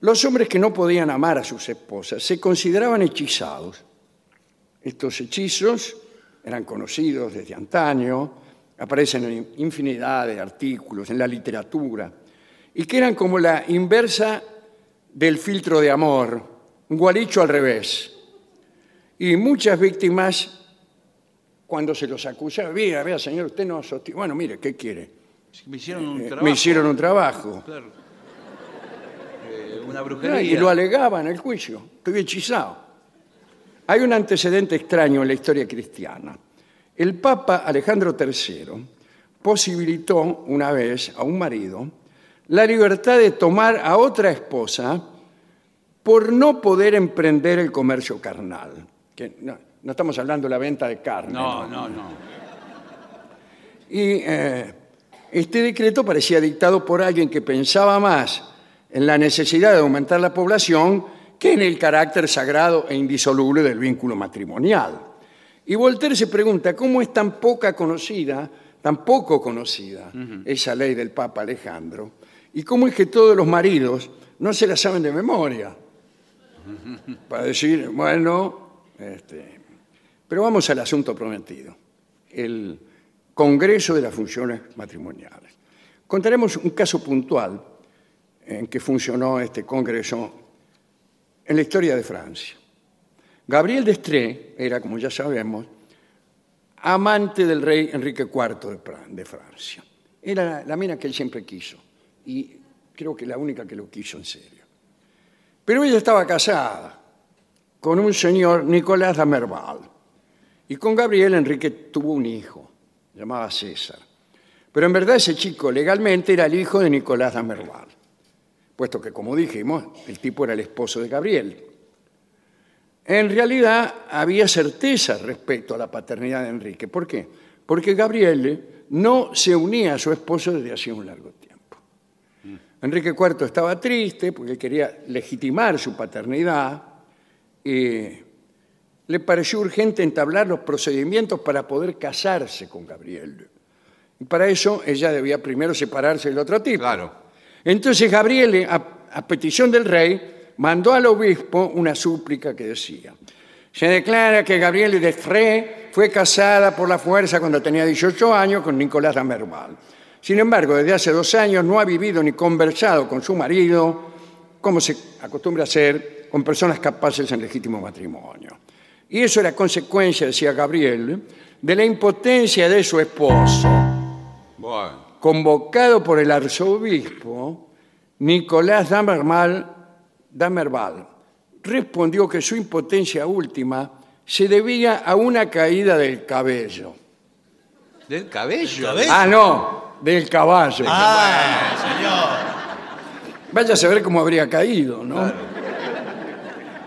los hombres que no podían amar a sus esposas se consideraban hechizados. Estos hechizos eran conocidos desde antaño, aparecen en infinidad de artículos, en la literatura, y que eran como la inversa del filtro de amor, un gualicho al revés. Y muchas víctimas cuando se los acusaba, vea, vea, señor, usted no sostiene. Bueno, mire, ¿qué quiere? Sí, Me hicieron un Eh, trabajo. Me hicieron un trabajo. Claro. Eh, una brujería. Y lo alegaban en el juicio. Estoy hechizado. Hay un antecedente extraño en la historia cristiana. El Papa Alejandro III posibilitó una vez a un marido la libertad de tomar a otra esposa por no poder emprender el comercio carnal. Que no, no estamos hablando de la venta de carne. No, no, no. Y eh, este decreto parecía dictado por alguien que pensaba más en la necesidad de aumentar la población que en el carácter sagrado e indisoluble del vínculo matrimonial. Y Voltaire se pregunta cómo es tan poca conocida, tan poco conocida esa ley del Papa Alejandro, y cómo es que todos los maridos no se la saben de memoria para decir, bueno, este, pero vamos al asunto prometido, el Congreso de las Funciones Matrimoniales. Contaremos un caso puntual en que funcionó este Congreso en la historia de Francia. Gabriel d'Estrées era, como ya sabemos, amante del rey Enrique IV de Fra- de Francia. Era la, la mina que él siempre quiso y creo que la única que lo quiso en serio. Pero ella estaba casada con un señor Nicolás Damerval. Y con Gabriel Enrique tuvo un hijo, llamaba César. Pero en verdad ese chico legalmente era el hijo de Nicolás Damerval, puesto que, como dijimos, el tipo era el esposo de Gabriel. En realidad había certeza respecto a la paternidad de Enrique. ¿Por qué? Porque Gabriel no se unía a su esposo desde hacía un largo tiempo. Enrique IV estaba triste porque quería legitimar su paternidad eh, y le pareció urgente entablar los procedimientos para poder casarse con Gabriel. Y para eso ella debía primero separarse del otro tipo. Claro. Entonces Gabriel, a, a petición del rey, mandó al obispo una súplica que decía, se declara que Gabriel de Fré fue casada por la fuerza cuando tenía 18 años con Nicolás Damerval. Sin embargo, desde hace dos años no ha vivido ni conversado con su marido, como se acostumbra hacer con personas capaces en legítimo matrimonio. Y eso era consecuencia, decía Gabriel, de la impotencia de su esposo Bueno. convocado por el arzobispo Nicolás Damermal, Damerval, respondió que su impotencia última se debía a una caída del cabello. Del cabello. ¿Cabello? Ah, no, del caballo. Ah, Vaya a saber cómo habría caído, ¿no?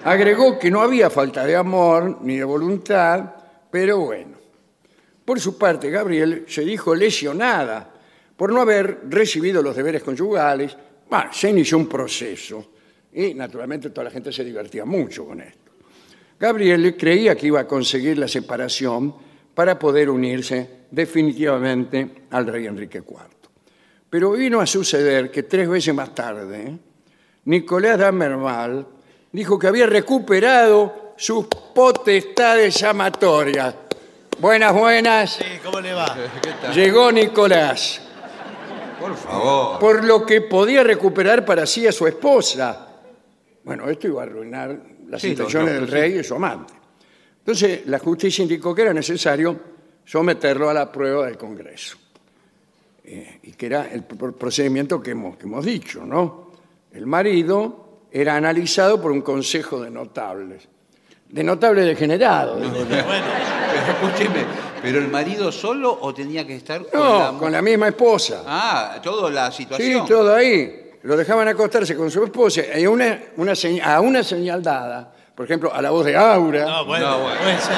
Agregó que no había falta de amor ni de voluntad, pero bueno. Por su parte, Gabriel se dijo lesionada por no haber recibido los deberes conyugales. Bah, se inició un proceso Y naturalmente toda la gente se divertía mucho con esto. Gabriele creía que iba a conseguir la separación para poder unirse definitivamente al rey Enrique IV. Pero vino a suceder que tres veces más tarde, Nicolás Damermal dijo que había recuperado sus potestades amatorias. Buenas, buenas. Sí, ¿cómo le [laughs] va? ¿Qué tal? Llegó Nicolás, Por favor. por lo que podía recuperar para sí a su esposa. Bueno, esto iba a arruinar las Sí, lo- intenciones lo- del sí. rey y su amante. Entonces, la justicia indicó que era necesario someterlo a la prueba del Congreso. Eh, y que era el pr- procedimiento que hemos, que hemos dicho, ¿no? El marido era analizado por un consejo de notables. De notables degenerados. digo. Pero escúcheme, ¿pero el marido solo o tenía que estar con la No, mu- con la misma esposa. Ah, toda la Sí, situación. todo ahí. Lo dejaban acostarse con su esposa y a una, una señ- a una señal dada, por ejemplo, a la voz de Aura, No, bueno, No, bueno. puede ser.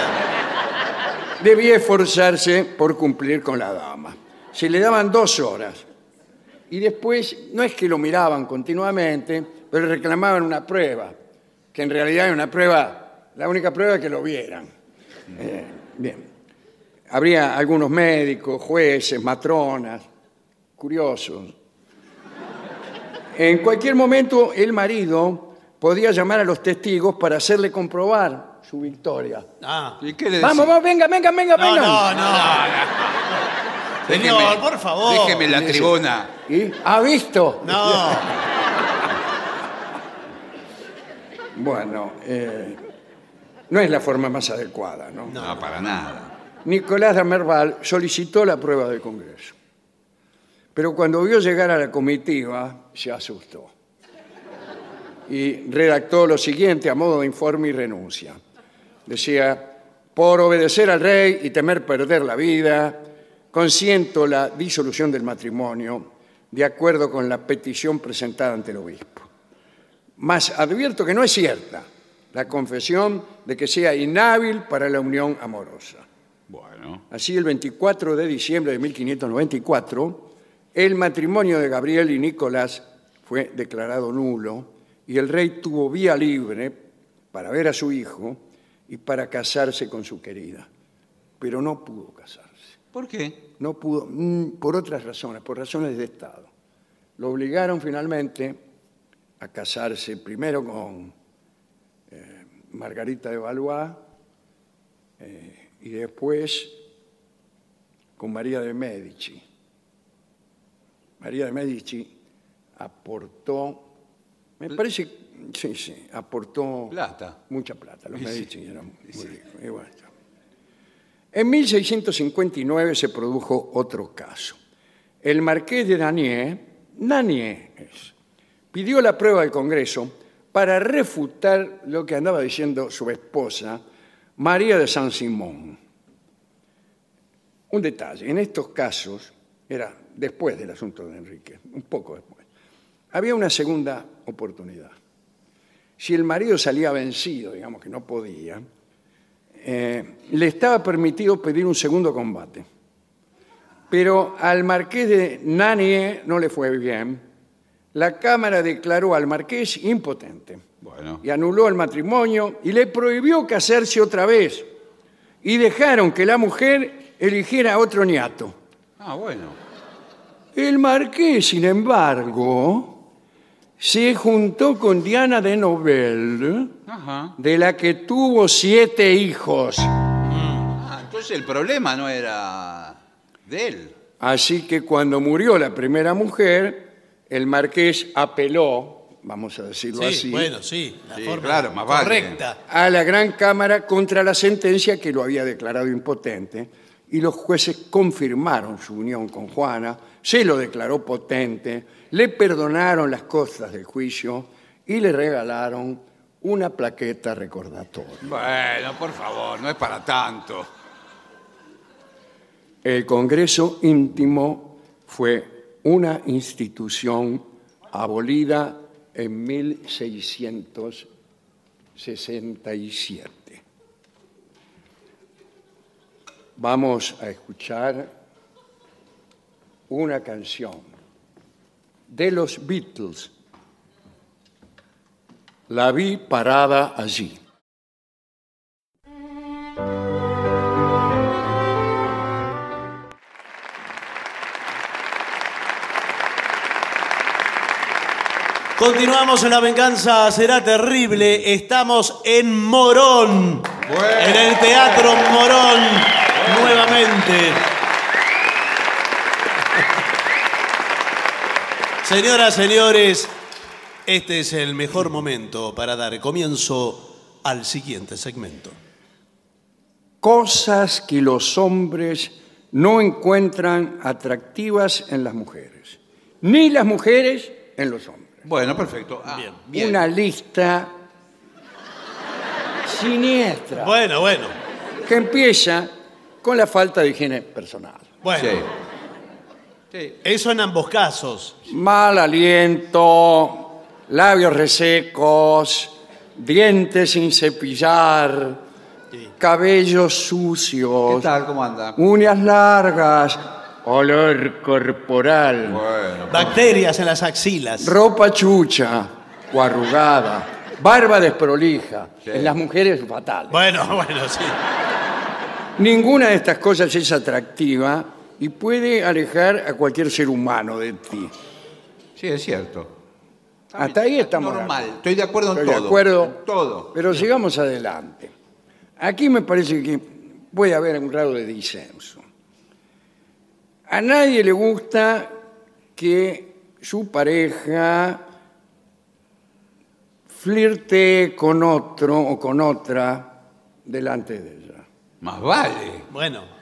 debía esforzarse por cumplir con la dama. Se le daban dos horas y después no es que lo miraban continuamente, pero reclamaban una prueba, que en realidad era una prueba, la única prueba que lo vieran. Eh, bien. Habría algunos médicos, jueces, matronas, curiosos. En cualquier momento el marido podía llamar a los testigos para hacerle comprobar su victoria. Ah. ¿Y qué le Vamos, decía? vamos, venga, venga, venga, No, venga. no, no. Señor, Déjeme- por favor. Déjeme la tribuna. ¿Y? ¿Ha visto? No. Bueno, eh, no es la forma más adecuada, ¿no? No, para nada. Nicolás Damerval solicitó la prueba del Congreso. Pero cuando vio llegar a la comitiva, se asustó. Y redactó lo siguiente a modo de informe y renuncia. Decía, por obedecer al rey y temer perder la vida, consiento la disolución del matrimonio de acuerdo con la petición presentada ante el obispo. Mas advierto que no es cierta la confesión de que sea inhábil para la unión amorosa. Bueno. Así, el 24 de diciembre de 1594, el matrimonio de Gabriel y Nicolás fue declarado nulo y el rey tuvo vía libre para ver a su hijo y para casarse con su querida. Pero no pudo casarse. ¿Por qué? No pudo, mm, por otras razones, por razones de Estado. Lo obligaron finalmente a casarse primero con eh, Margarita de Valois eh, y después con María de Medici. María de Medici aportó, me parece, sí, sí, aportó Plata. mucha plata. Los Y sí, Medici eran muy y sí. ricos, y bueno. En 1659 se produjo otro caso. El marqués de Danier, Danier es, pidió la prueba del Congreso para refutar lo que andaba diciendo su esposa, María de San Simón. Un detalle, en estos casos, era después del asunto de Enrique, un poco después, había una segunda oportunidad. Si el marido salía vencido, digamos que no podía, eh, le estaba permitido pedir un segundo combate. Pero al marqués de Nanie no le fue bien. La Cámara declaró al marqués impotente Bueno. y anuló el matrimonio y le prohibió casarse otra vez. Y dejaron que la mujer eligiera a otro niato. Ah, bueno. El marqués, sin embargo, se juntó con Diana de Nobel, Ajá. de la que tuvo siete hijos. Ah, entonces el problema no era de él. Así que cuando murió la primera mujer, el marqués apeló, vamos a decirlo Sí, así, bueno, sí. La Sí, forma claro, más vale. correcta. a la Gran Cámara contra la sentencia que lo había declarado impotente y los jueces confirmaron su unión con Juana, se lo declaró potente, le perdonaron las costas del juicio y le regalaron una plaqueta recordatoria. Bueno, por favor, no es para tanto. El Congreso íntimo fue una institución abolida en 1667. Vamos a escuchar una canción de los Beatles La vi parada allí. Continuamos en La Venganza Será Terrible. Estamos en Morón. En el Teatro Morón. Nuevamente. [laughs] Señoras, señores, este es el mejor momento para dar comienzo al siguiente segmento. Cosas que los hombres no encuentran atractivas en las mujeres, ni las mujeres en los hombres. Bueno, perfecto. Ah, Bien. bien. Una lista siniestra Bueno, bueno. que empieza con la falta de higiene personal. Bueno, Sí. Sí. eso en ambos casos. Mal aliento, labios resecos, dientes sin cepillar, cabellos ¿Qué sucios, tal? ¿Cómo anda? uñas largas, olor corporal, Bueno. Bacterias en las axilas. ropa chucha o arrugada, barba desprolija, Sí. en las mujeres fatal. Bueno, [laughs] bueno, sí. Ninguna de estas cosas es atractiva y puede alejar a cualquier ser humano de ti. Sí, es cierto. Hasta ahí estamos. de Normal. acuerdo. Estoy de acuerdo en Estoy todo. de acuerdo. En todo. Pero sigamos adelante. Aquí me parece que puede haber un grado de disenso. A nadie le gusta que su pareja flirte con otro o con otra delante de ella. Más vale. Bueno,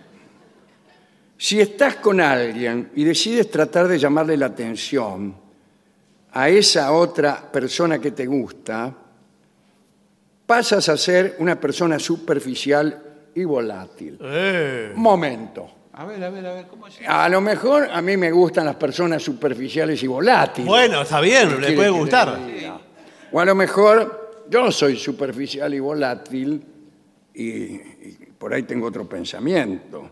Si estás con alguien y decides tratar de llamarle la atención a esa otra persona que te gusta, pasas a ser una persona superficial y volátil. Eh. Momento. A ver, a ver, a ver, ¿cómo es? A lo mejor a mí me gustan las personas superficiales y volátiles. bueno, está bien, le quiere puede que le gustar. O a lo mejor yo soy superficial y volátil y, y por ahí tengo otro pensamiento.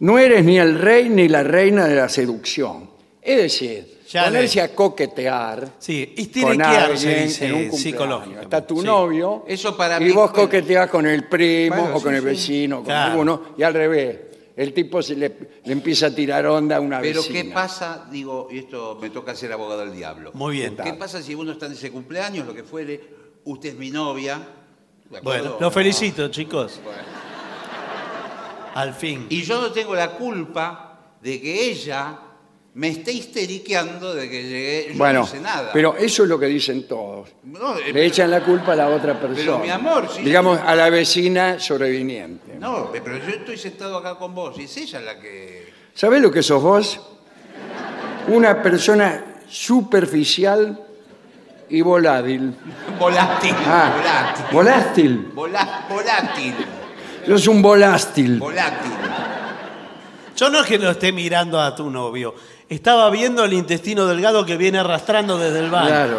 No eres ni el rey ni la reina de la seducción. Es decir, Ya le- ponerse a coquetear Sí, y tiene con que alguien dice, en un cumpleaños. psicológico. Está tu Sí. novio Eso para y mí- vos coqueteas con el primo Bueno, o con sí, el sí. vecino, con Claro. alguno, y al revés. El tipo se le, le empieza a tirar onda a una Pero vecina. ¿qué pasa? Digo, y esto me toca ser abogado del diablo. Muy bien. ¿Qué pasa si uno está en ese cumpleaños, lo que fuere, usted es mi novia? ¿de acuerdo? Bueno, los felicito, chicos. Al fin. Y yo no tengo la culpa de que ella me esté histeriqueando de que llegué. Yo Bueno, no sé nada. pero eso es lo que dicen todos. No, eh, Le echan la culpa a la otra persona. mi amor, sí. Digamos, a la vecina sobreviniente. no, pero yo estoy sentado acá con vos y es ella la que. ¿Sabés lo que sos vos? Una persona superficial y volátil. Volátil. Ah, Volátil. volátil. Volá- volátil. Sos un volátil. Volátil. Yo no es que lo esté mirando a tu novio. Estaba viendo el intestino delgado que viene arrastrando desde el baño. Claro.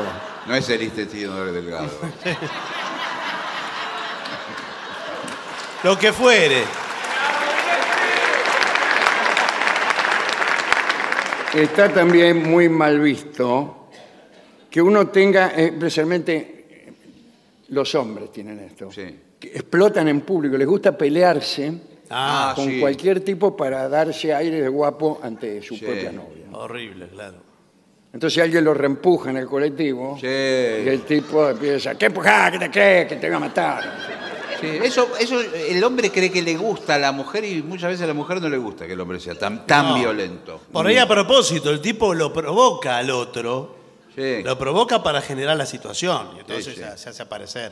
No es el intestino [laughs] delgado. Lo que fuere. Está también muy mal visto que uno tenga, eh, especialmente eh, los hombres tienen esto, Sí. que explotan en público, les gusta pelearse. Ah, Ah, con sí. cualquier tipo para darse aire de guapo ante su Sí. propia novia. horrible, claro. Entonces alguien lo reempuja en el colectivo Sí. y el tipo empieza, ¿qué empujás? ¿Qué te crees? Que te voy a matar. Sí, eso, eso el hombre cree que le gusta a la mujer y muchas veces a la mujer no le gusta que el hombre sea tan, tan No. violento. Por ahí a propósito, el tipo lo provoca al otro. Sí, Lo provoca para generar la situación. Y entonces Sí, sí. ya se hace aparecer.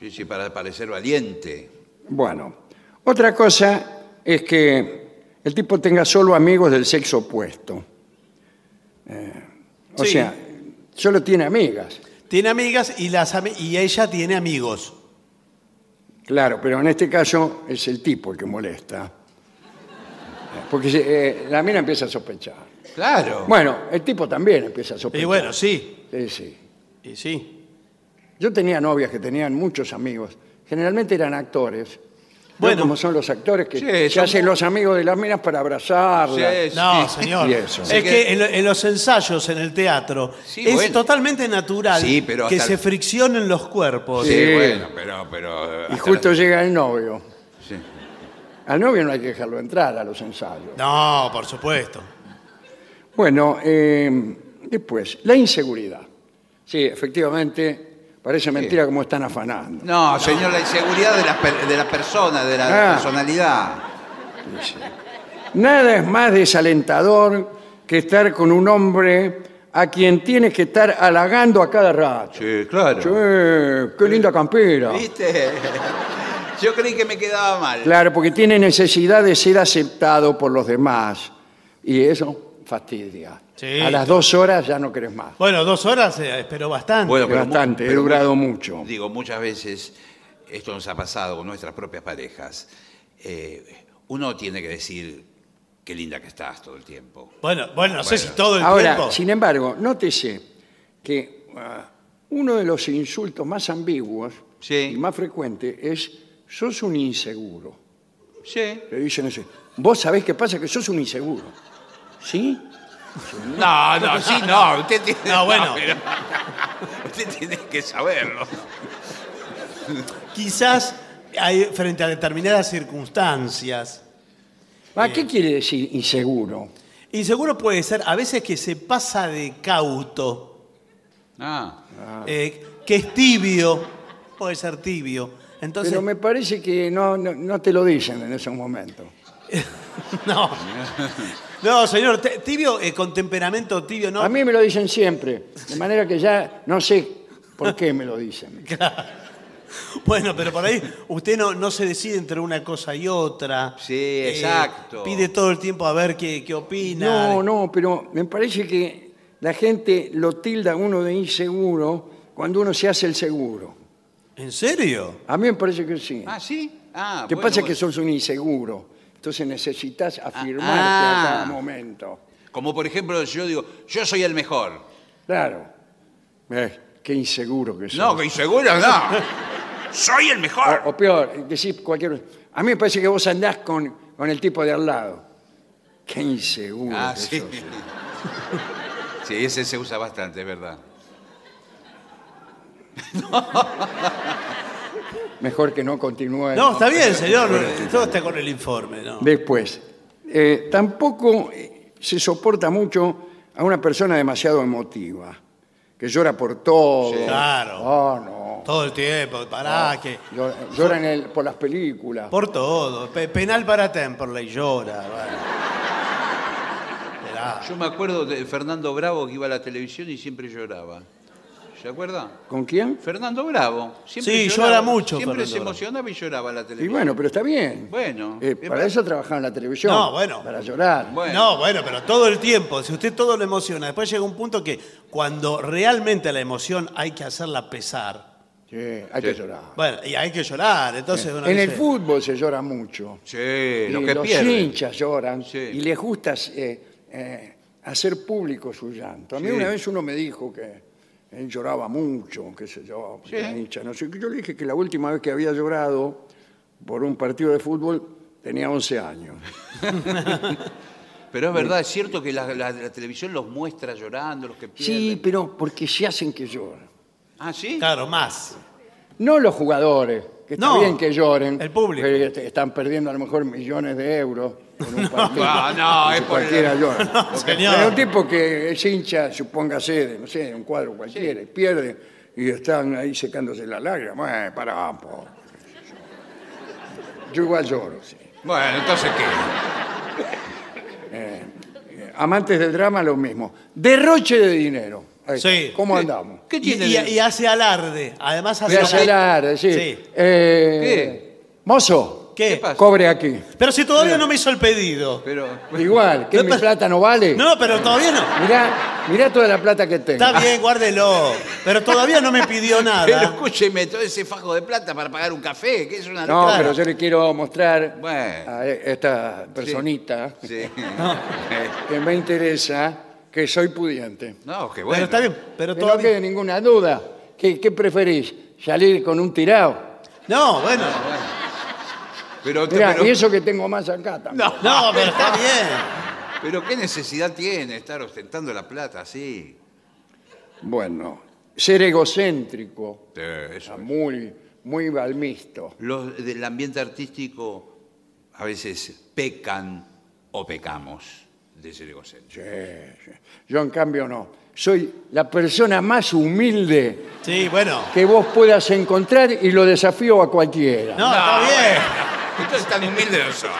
sí, sí, para parecer valiente. Bueno, otra cosa es que el tipo tenga solo amigos del sexo opuesto. Eh, o Sí. sea, solo tiene amigas. Tiene amigas y, las ami- y ella tiene amigos. Claro, pero en este caso es el tipo el que molesta. Porque eh, la mina empieza a sospechar. Claro. Bueno, el tipo también empieza a sospechar. Y bueno, sí. Sí, sí. Y sí. Yo tenía novias que tenían muchos amigos, generalmente eran actores, Bueno, Bueno. como son los actores que Sí, se son- hacen los amigos de las minas para abrazarlas. Sí, sí. No, [laughs] señor. Y eso. Es Sí, que, que- en, lo- en los ensayos, en el teatro, Sí, es bueno. totalmente natural Sí, pero que hasta- se friccionen los cuerpos. Sí, Sí. bueno, pero... pero eh, Y hasta justo la- llega el novio. sí. Al novio no hay que dejarlo entrar a los ensayos. No, por supuesto. Bueno, eh, después, la inseguridad. Sí, efectivamente, parece mentira como están afanando. No, señor, la inseguridad de las per- de la persona, de Ah. la personalidad. Nada es más desalentador que estar con un hombre a quien tienes que estar halagando a cada rato. Sí, claro. Che, ¡Qué linda campera! ¿Viste? [laughs] Yo creí que me quedaba mal. Claro, porque tiene necesidad de ser aceptado por los demás. Y eso fastidia. Sí. A las dos horas ya no querés más. Bueno, dos horas eh, espero bastante. Bueno, pero mu- Bastante, he pero mu- durado mucho. Digo, muchas veces esto nos ha pasado con nuestras propias parejas. Eh, uno tiene que decir qué linda que estás todo el tiempo. bueno, bueno, no sé Bueno. si todo el Ahora, tiempo. sin embargo, nótese que ah, uno de los insultos más ambiguos Sí. y más frecuentes es sos un inseguro. Sí. Le dicen eso. Vos sabés qué pasa, que sos un inseguro. ¿Sí? No, no, sí, no. Usted tiene, No, bueno. pero- [laughs] usted tiene que saberlo. Quizás hay, frente a determinadas circunstancias. Ah, ¿Qué quiere decir inseguro? Y seguro puede ser a veces que se pasa de cauto, Ah, eh, que es tibio, puede ser tibio. Entonces, Pero me parece que no, no, no te lo dicen en esos momentos. [laughs] no. No, señor, te- tibio eh, con temperamento tibio, ¿no? A mí me lo dicen siempre, de manera que ya no sé por qué me lo [laughs] dicen. Bueno, pero por ahí usted no, no se decide entre una cosa y otra. Eh, Sí, exacto. Pide todo el tiempo a ver qué, qué opina. No, no, pero me parece que la gente lo tilda a uno de inseguro cuando uno se hace el seguro. ¿En serio? A mí me parece que sí. ah sí. Ah, Te bueno, pasa que bueno. sos un inseguro, entonces necesitas afirmarte ah. a cada momento. Como por ejemplo, yo digo, yo soy el mejor. Claro. Eh, qué inseguro que sos. No, que inseguro [laughs] no. Soy el mejor. O, o peor, decís cualquier. A mí me parece que vos andás con, con el tipo de al lado. Qué inseguro. Ah, que sí. sos. [laughs] Sí, ese se usa bastante, es verdad. Mejor que no continúe. No, está bien, señor. Todo está con el informe, ¿no? Después, eh, tampoco eh, se soporta mucho a una persona demasiado emotiva, que llora por todo. Claro. Oh, no. Todo el tiempo, pará, que. Llora, llora en el- por las películas. Por todo. Pe- penal para Temperley, llora. Bueno. Esperá. Yo me acuerdo de Fernando Bravo que iba a la televisión y siempre lloraba. ¿Se acuerda? ¿Con quién? Fernando Bravo. Siempre Sí, lloraba, llora mucho Siempre Fernando se Bravo. emocionaba y lloraba en la Y televisión. bueno, pero está bien. Bueno. Eh, Eh, para eso trabajaba en la televisión. No, bueno. Para llorar. Bueno. No, bueno, pero todo el tiempo. Si usted todo lo emociona, después llega un punto que cuando realmente la emoción hay que hacerla pesar. Sí, hay que llorar. Bueno, y hay que llorar. Entonces uno En el dice, fútbol se llora mucho. Sí, lo Y que los pierde. hinchas lloran Sí. y les gusta eh, eh, hacer público su llanto. A mí Sí. una vez uno me dijo que él lloraba mucho, qué sé yo, porque Sí. era hincha, no sé qué. Yo le dije que la última vez que había llorado por un partido de fútbol tenía 11 años. Pero es verdad, es cierto que la, la- la televisión los muestra llorando, los que pierden. Sí, pero porque se hacen que lloran. Ah, sí. Claro, más. No los jugadores, que está No, bien que lloren. el público. porque est- están perdiendo a lo mejor millones de euros por un partido. [laughs] No, no, Y es si por el- cualquiera [laughs] llora. señor. Pero un tipo que es hincha, supóngase, de, no sé, de un cuadro cualquiera, y pierde, y están ahí secándose la lágrima. Bueno, pará un poco. Yo igual lloro, sí. Bueno, entonces qué. Eh, Amantes del drama, lo mismo. Derroche de dinero. Ahí está. Sí. ¿Cómo Sí. andamos? ¿Qué Y, tiene y- de- y hace alarde. Además hace Voy a celar, sí. Sí. Eh, Mozo, ¿Qué? ¿Qué pasa? cobre aquí. Pero si todavía no me hizo el pedido. Pero. Igual, que No, mi pero- plata no vale. No, pero todavía no. Mirá, mirá toda la plata que tengo. Está bien, guárdelo. Pero todavía no me pidió Ah. [laughs] Pero nada. escúcheme, todo ese fajo de plata para pagar un café, que es una No, [laughs] locura. pero yo le quiero mostrar Bueno. a esta personita Sí. que me interesa que soy pudiente. [laughs] No, qué Pero bueno. está bien. Pero Que no todavía. quede ninguna duda. [laughs] ¿Qué, qué preferís? ¿Salir con un tirado? No, bueno. Pero, Mirá, pero- y eso que tengo más acá también. No, pero está bien. pero qué necesidad tiene estar ostentando la plata así. Bueno, ser egocéntrico, Sí, eso. muy, muy balmisto. Los del ambiente artístico a veces pecan o pecamos de ser egocéntricos. Yo, en cambio, no. Soy la persona más humilde Sí, bueno. que vos puedas encontrar y lo desafío a cualquiera. No, está bien. Entonces tan humildes no son.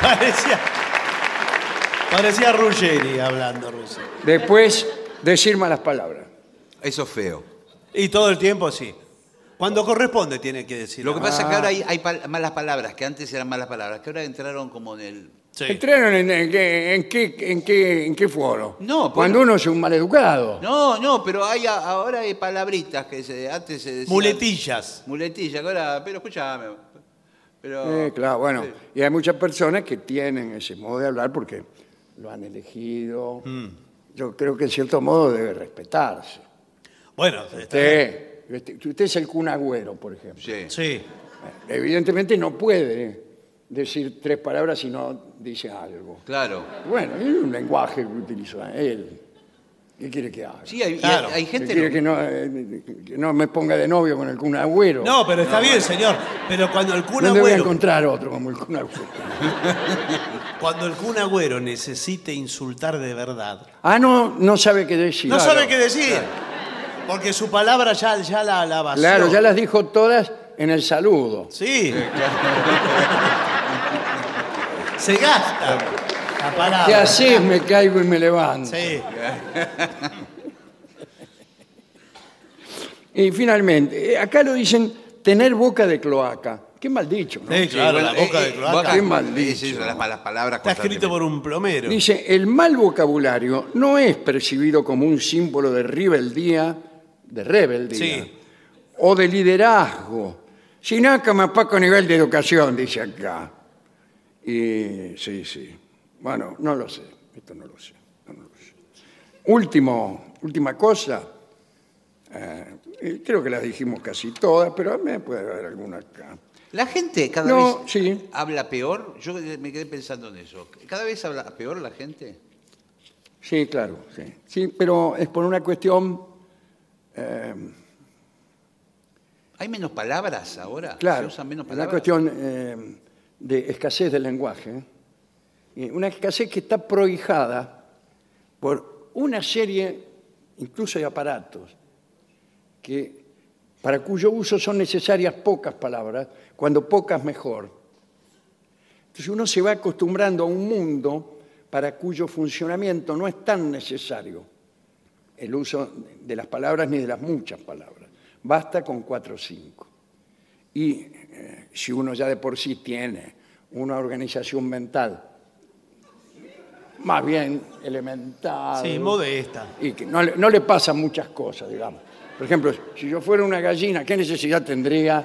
Parecía. Parecía Ruggeri hablando ruso. Después, decir malas palabras. Eso es feo. Y todo el tiempo sí. Cuando corresponde tiene que decirlo. Lo que pasa es que ahora hay, hay pal- malas palabras, que antes eran malas palabras, que ahora entraron como en el... Sí. ¿Entraron en, en qué, en, qué, en, qué, en qué foro? No, pero- Cuando uno es un maleducado. No, no, pero hay a- ahora hay palabritas que se- antes se decían... Muletillas. Muletilla, que ahora... Pero escúchame. Pero... Eh, claro, bueno. Y hay muchas personas que tienen ese modo de hablar porque lo han elegido. Mm. Yo creo que en cierto modo debe respetarse. Bueno, está bien. Usted, usted- usted es el cunagüero, por ejemplo. Sí. sí. Evidentemente no puede decir tres palabras si no dice algo. Claro. Bueno, es un lenguaje que utiliza él. ¿Qué quiere que haga? Sí, hay, y Claro. hay- hay ¿Qué gente... quiere que no, eh, que no me ponga de novio con el cunagüero? No, pero está bien, señor. Pero cuando el Kun ¿Dónde voy a Agüero, encontrar otro como el cunagüero? cuando el Kun Agüero necesite insultar de verdad, Ah, no, no sabe qué decir. no Claro. sabe qué decir. Porque su palabra ya, ya la, la vació. Claro, ya las dijo todas en el saludo. Sí. Se gasta la palabra. ¿Qué haces? Me caigo y me levanto. Sí. Y finalmente, eh, acá lo dicen tener boca de cloaca. Qué mal dicho, ¿no? Sí, claro, bueno, la boca eh, de eh, cloaca. boca- Qué maldito. Sí, sí, son las malas palabras. Está escrito por constantemente. un plomero. Dice, el mal vocabulario no es percibido como un símbolo de rebeldía, de rebeldía, Sí. o de liderazgo, sino acá más poco nivel de educación, dice acá. Y sí, sí. Bueno, no lo sé, esto no lo sé. no lo sé. Último, última cosa, eh, eh, creo que las dijimos casi todas, pero me puede haber alguna acá. La gente cada No, vez sí. habla peor. Yo me quedé pensando en eso. ¿Cada vez habla peor la gente? Sí, claro, sí. Sí, pero es por una cuestión... eh, ¿Hay menos palabras ahora? Claro, ¿Se usan menos una palabras? cuestión eh, de escasez del lenguaje. ¿eh? Y Una escasez que está prohijada por una serie, incluso de aparatos, que, para cuyo uso son necesarias pocas palabras, cuando pocas mejor. Entonces uno se va acostumbrando a un mundo para cuyo funcionamiento no es tan necesario el uso de las palabras ni de las muchas palabras. Basta con cuatro o cinco. Y eh, si uno ya de por sí tiene una organización mental más bien elemental Sí, modesta. y que no, le- no le pasan muchas cosas, digamos. Por ejemplo, si yo fuera una gallina, ¿qué necesidad tendría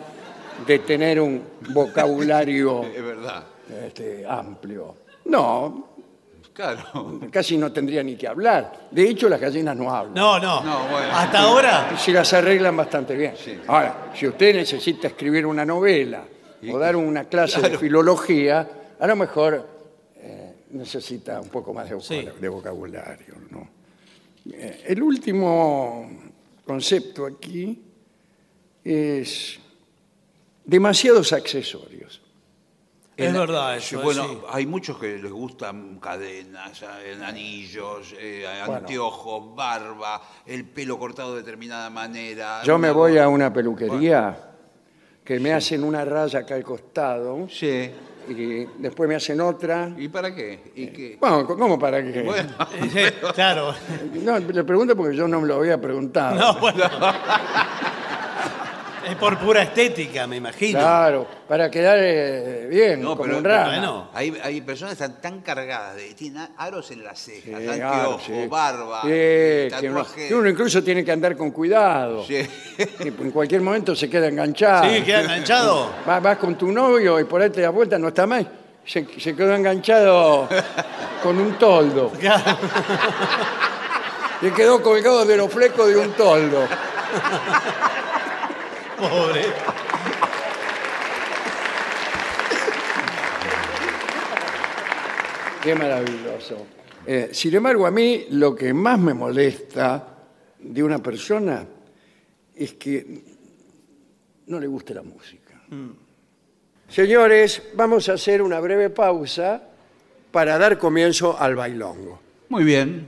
de tener un vocabulario Es verdad. este, amplio? No, Claro. casi no tendría ni que hablar. De hecho, las gallinas no hablan. No, no. No, bueno. Hasta ahora. Si las arreglan bastante bien. Sí. Ahora, si usted necesita escribir una novela o dar una clase de filología, a lo mejor eh, necesita un poco más de, voca- Sí. de vocabulario. ¿no? Eh, el último concepto aquí es demasiados accesorios. Es verdad Sí, eso. bueno, sí. hay muchos que les gustan cadenas, eh, anillos, eh, anteojos, barba, el pelo cortado de determinada manera. Yo me una- voy a una peluquería que me hacen una raya acá al costado Sí. y después me hacen otra. ¿Y para qué? ¿Y qué? Bueno, ¿cómo para qué? Bueno, Sí, claro. No, le pregunto porque yo no me lo había preguntado. No, bueno. Es por pura estética, me imagino. Claro, para quedar eh, bien, No, como pero- un rana. bueno. hay, hay personas que están tan cargadas, de, tienen a- aros en las Sí, cejas, claro, anteojos, sí. barba, Sí, eh, que uno, tatuaje. que uno incluso tiene que andar con cuidado. Sí. Que en cualquier momento se queda enganchado. Sí, queda enganchado. Va- vas con tu novio y por ahí te das vuelta, no está más. Se, se quedó [laughs] enganchado con un toldo. Claro. Se quedó colgado de los flecos de un toldo. Pobre. Qué maravilloso. Eh, sin embargo, a mí lo que más me molesta de una persona es que no le guste la música. Mm. Señores, vamos a hacer una breve pausa para dar comienzo al bailongo. Muy bien.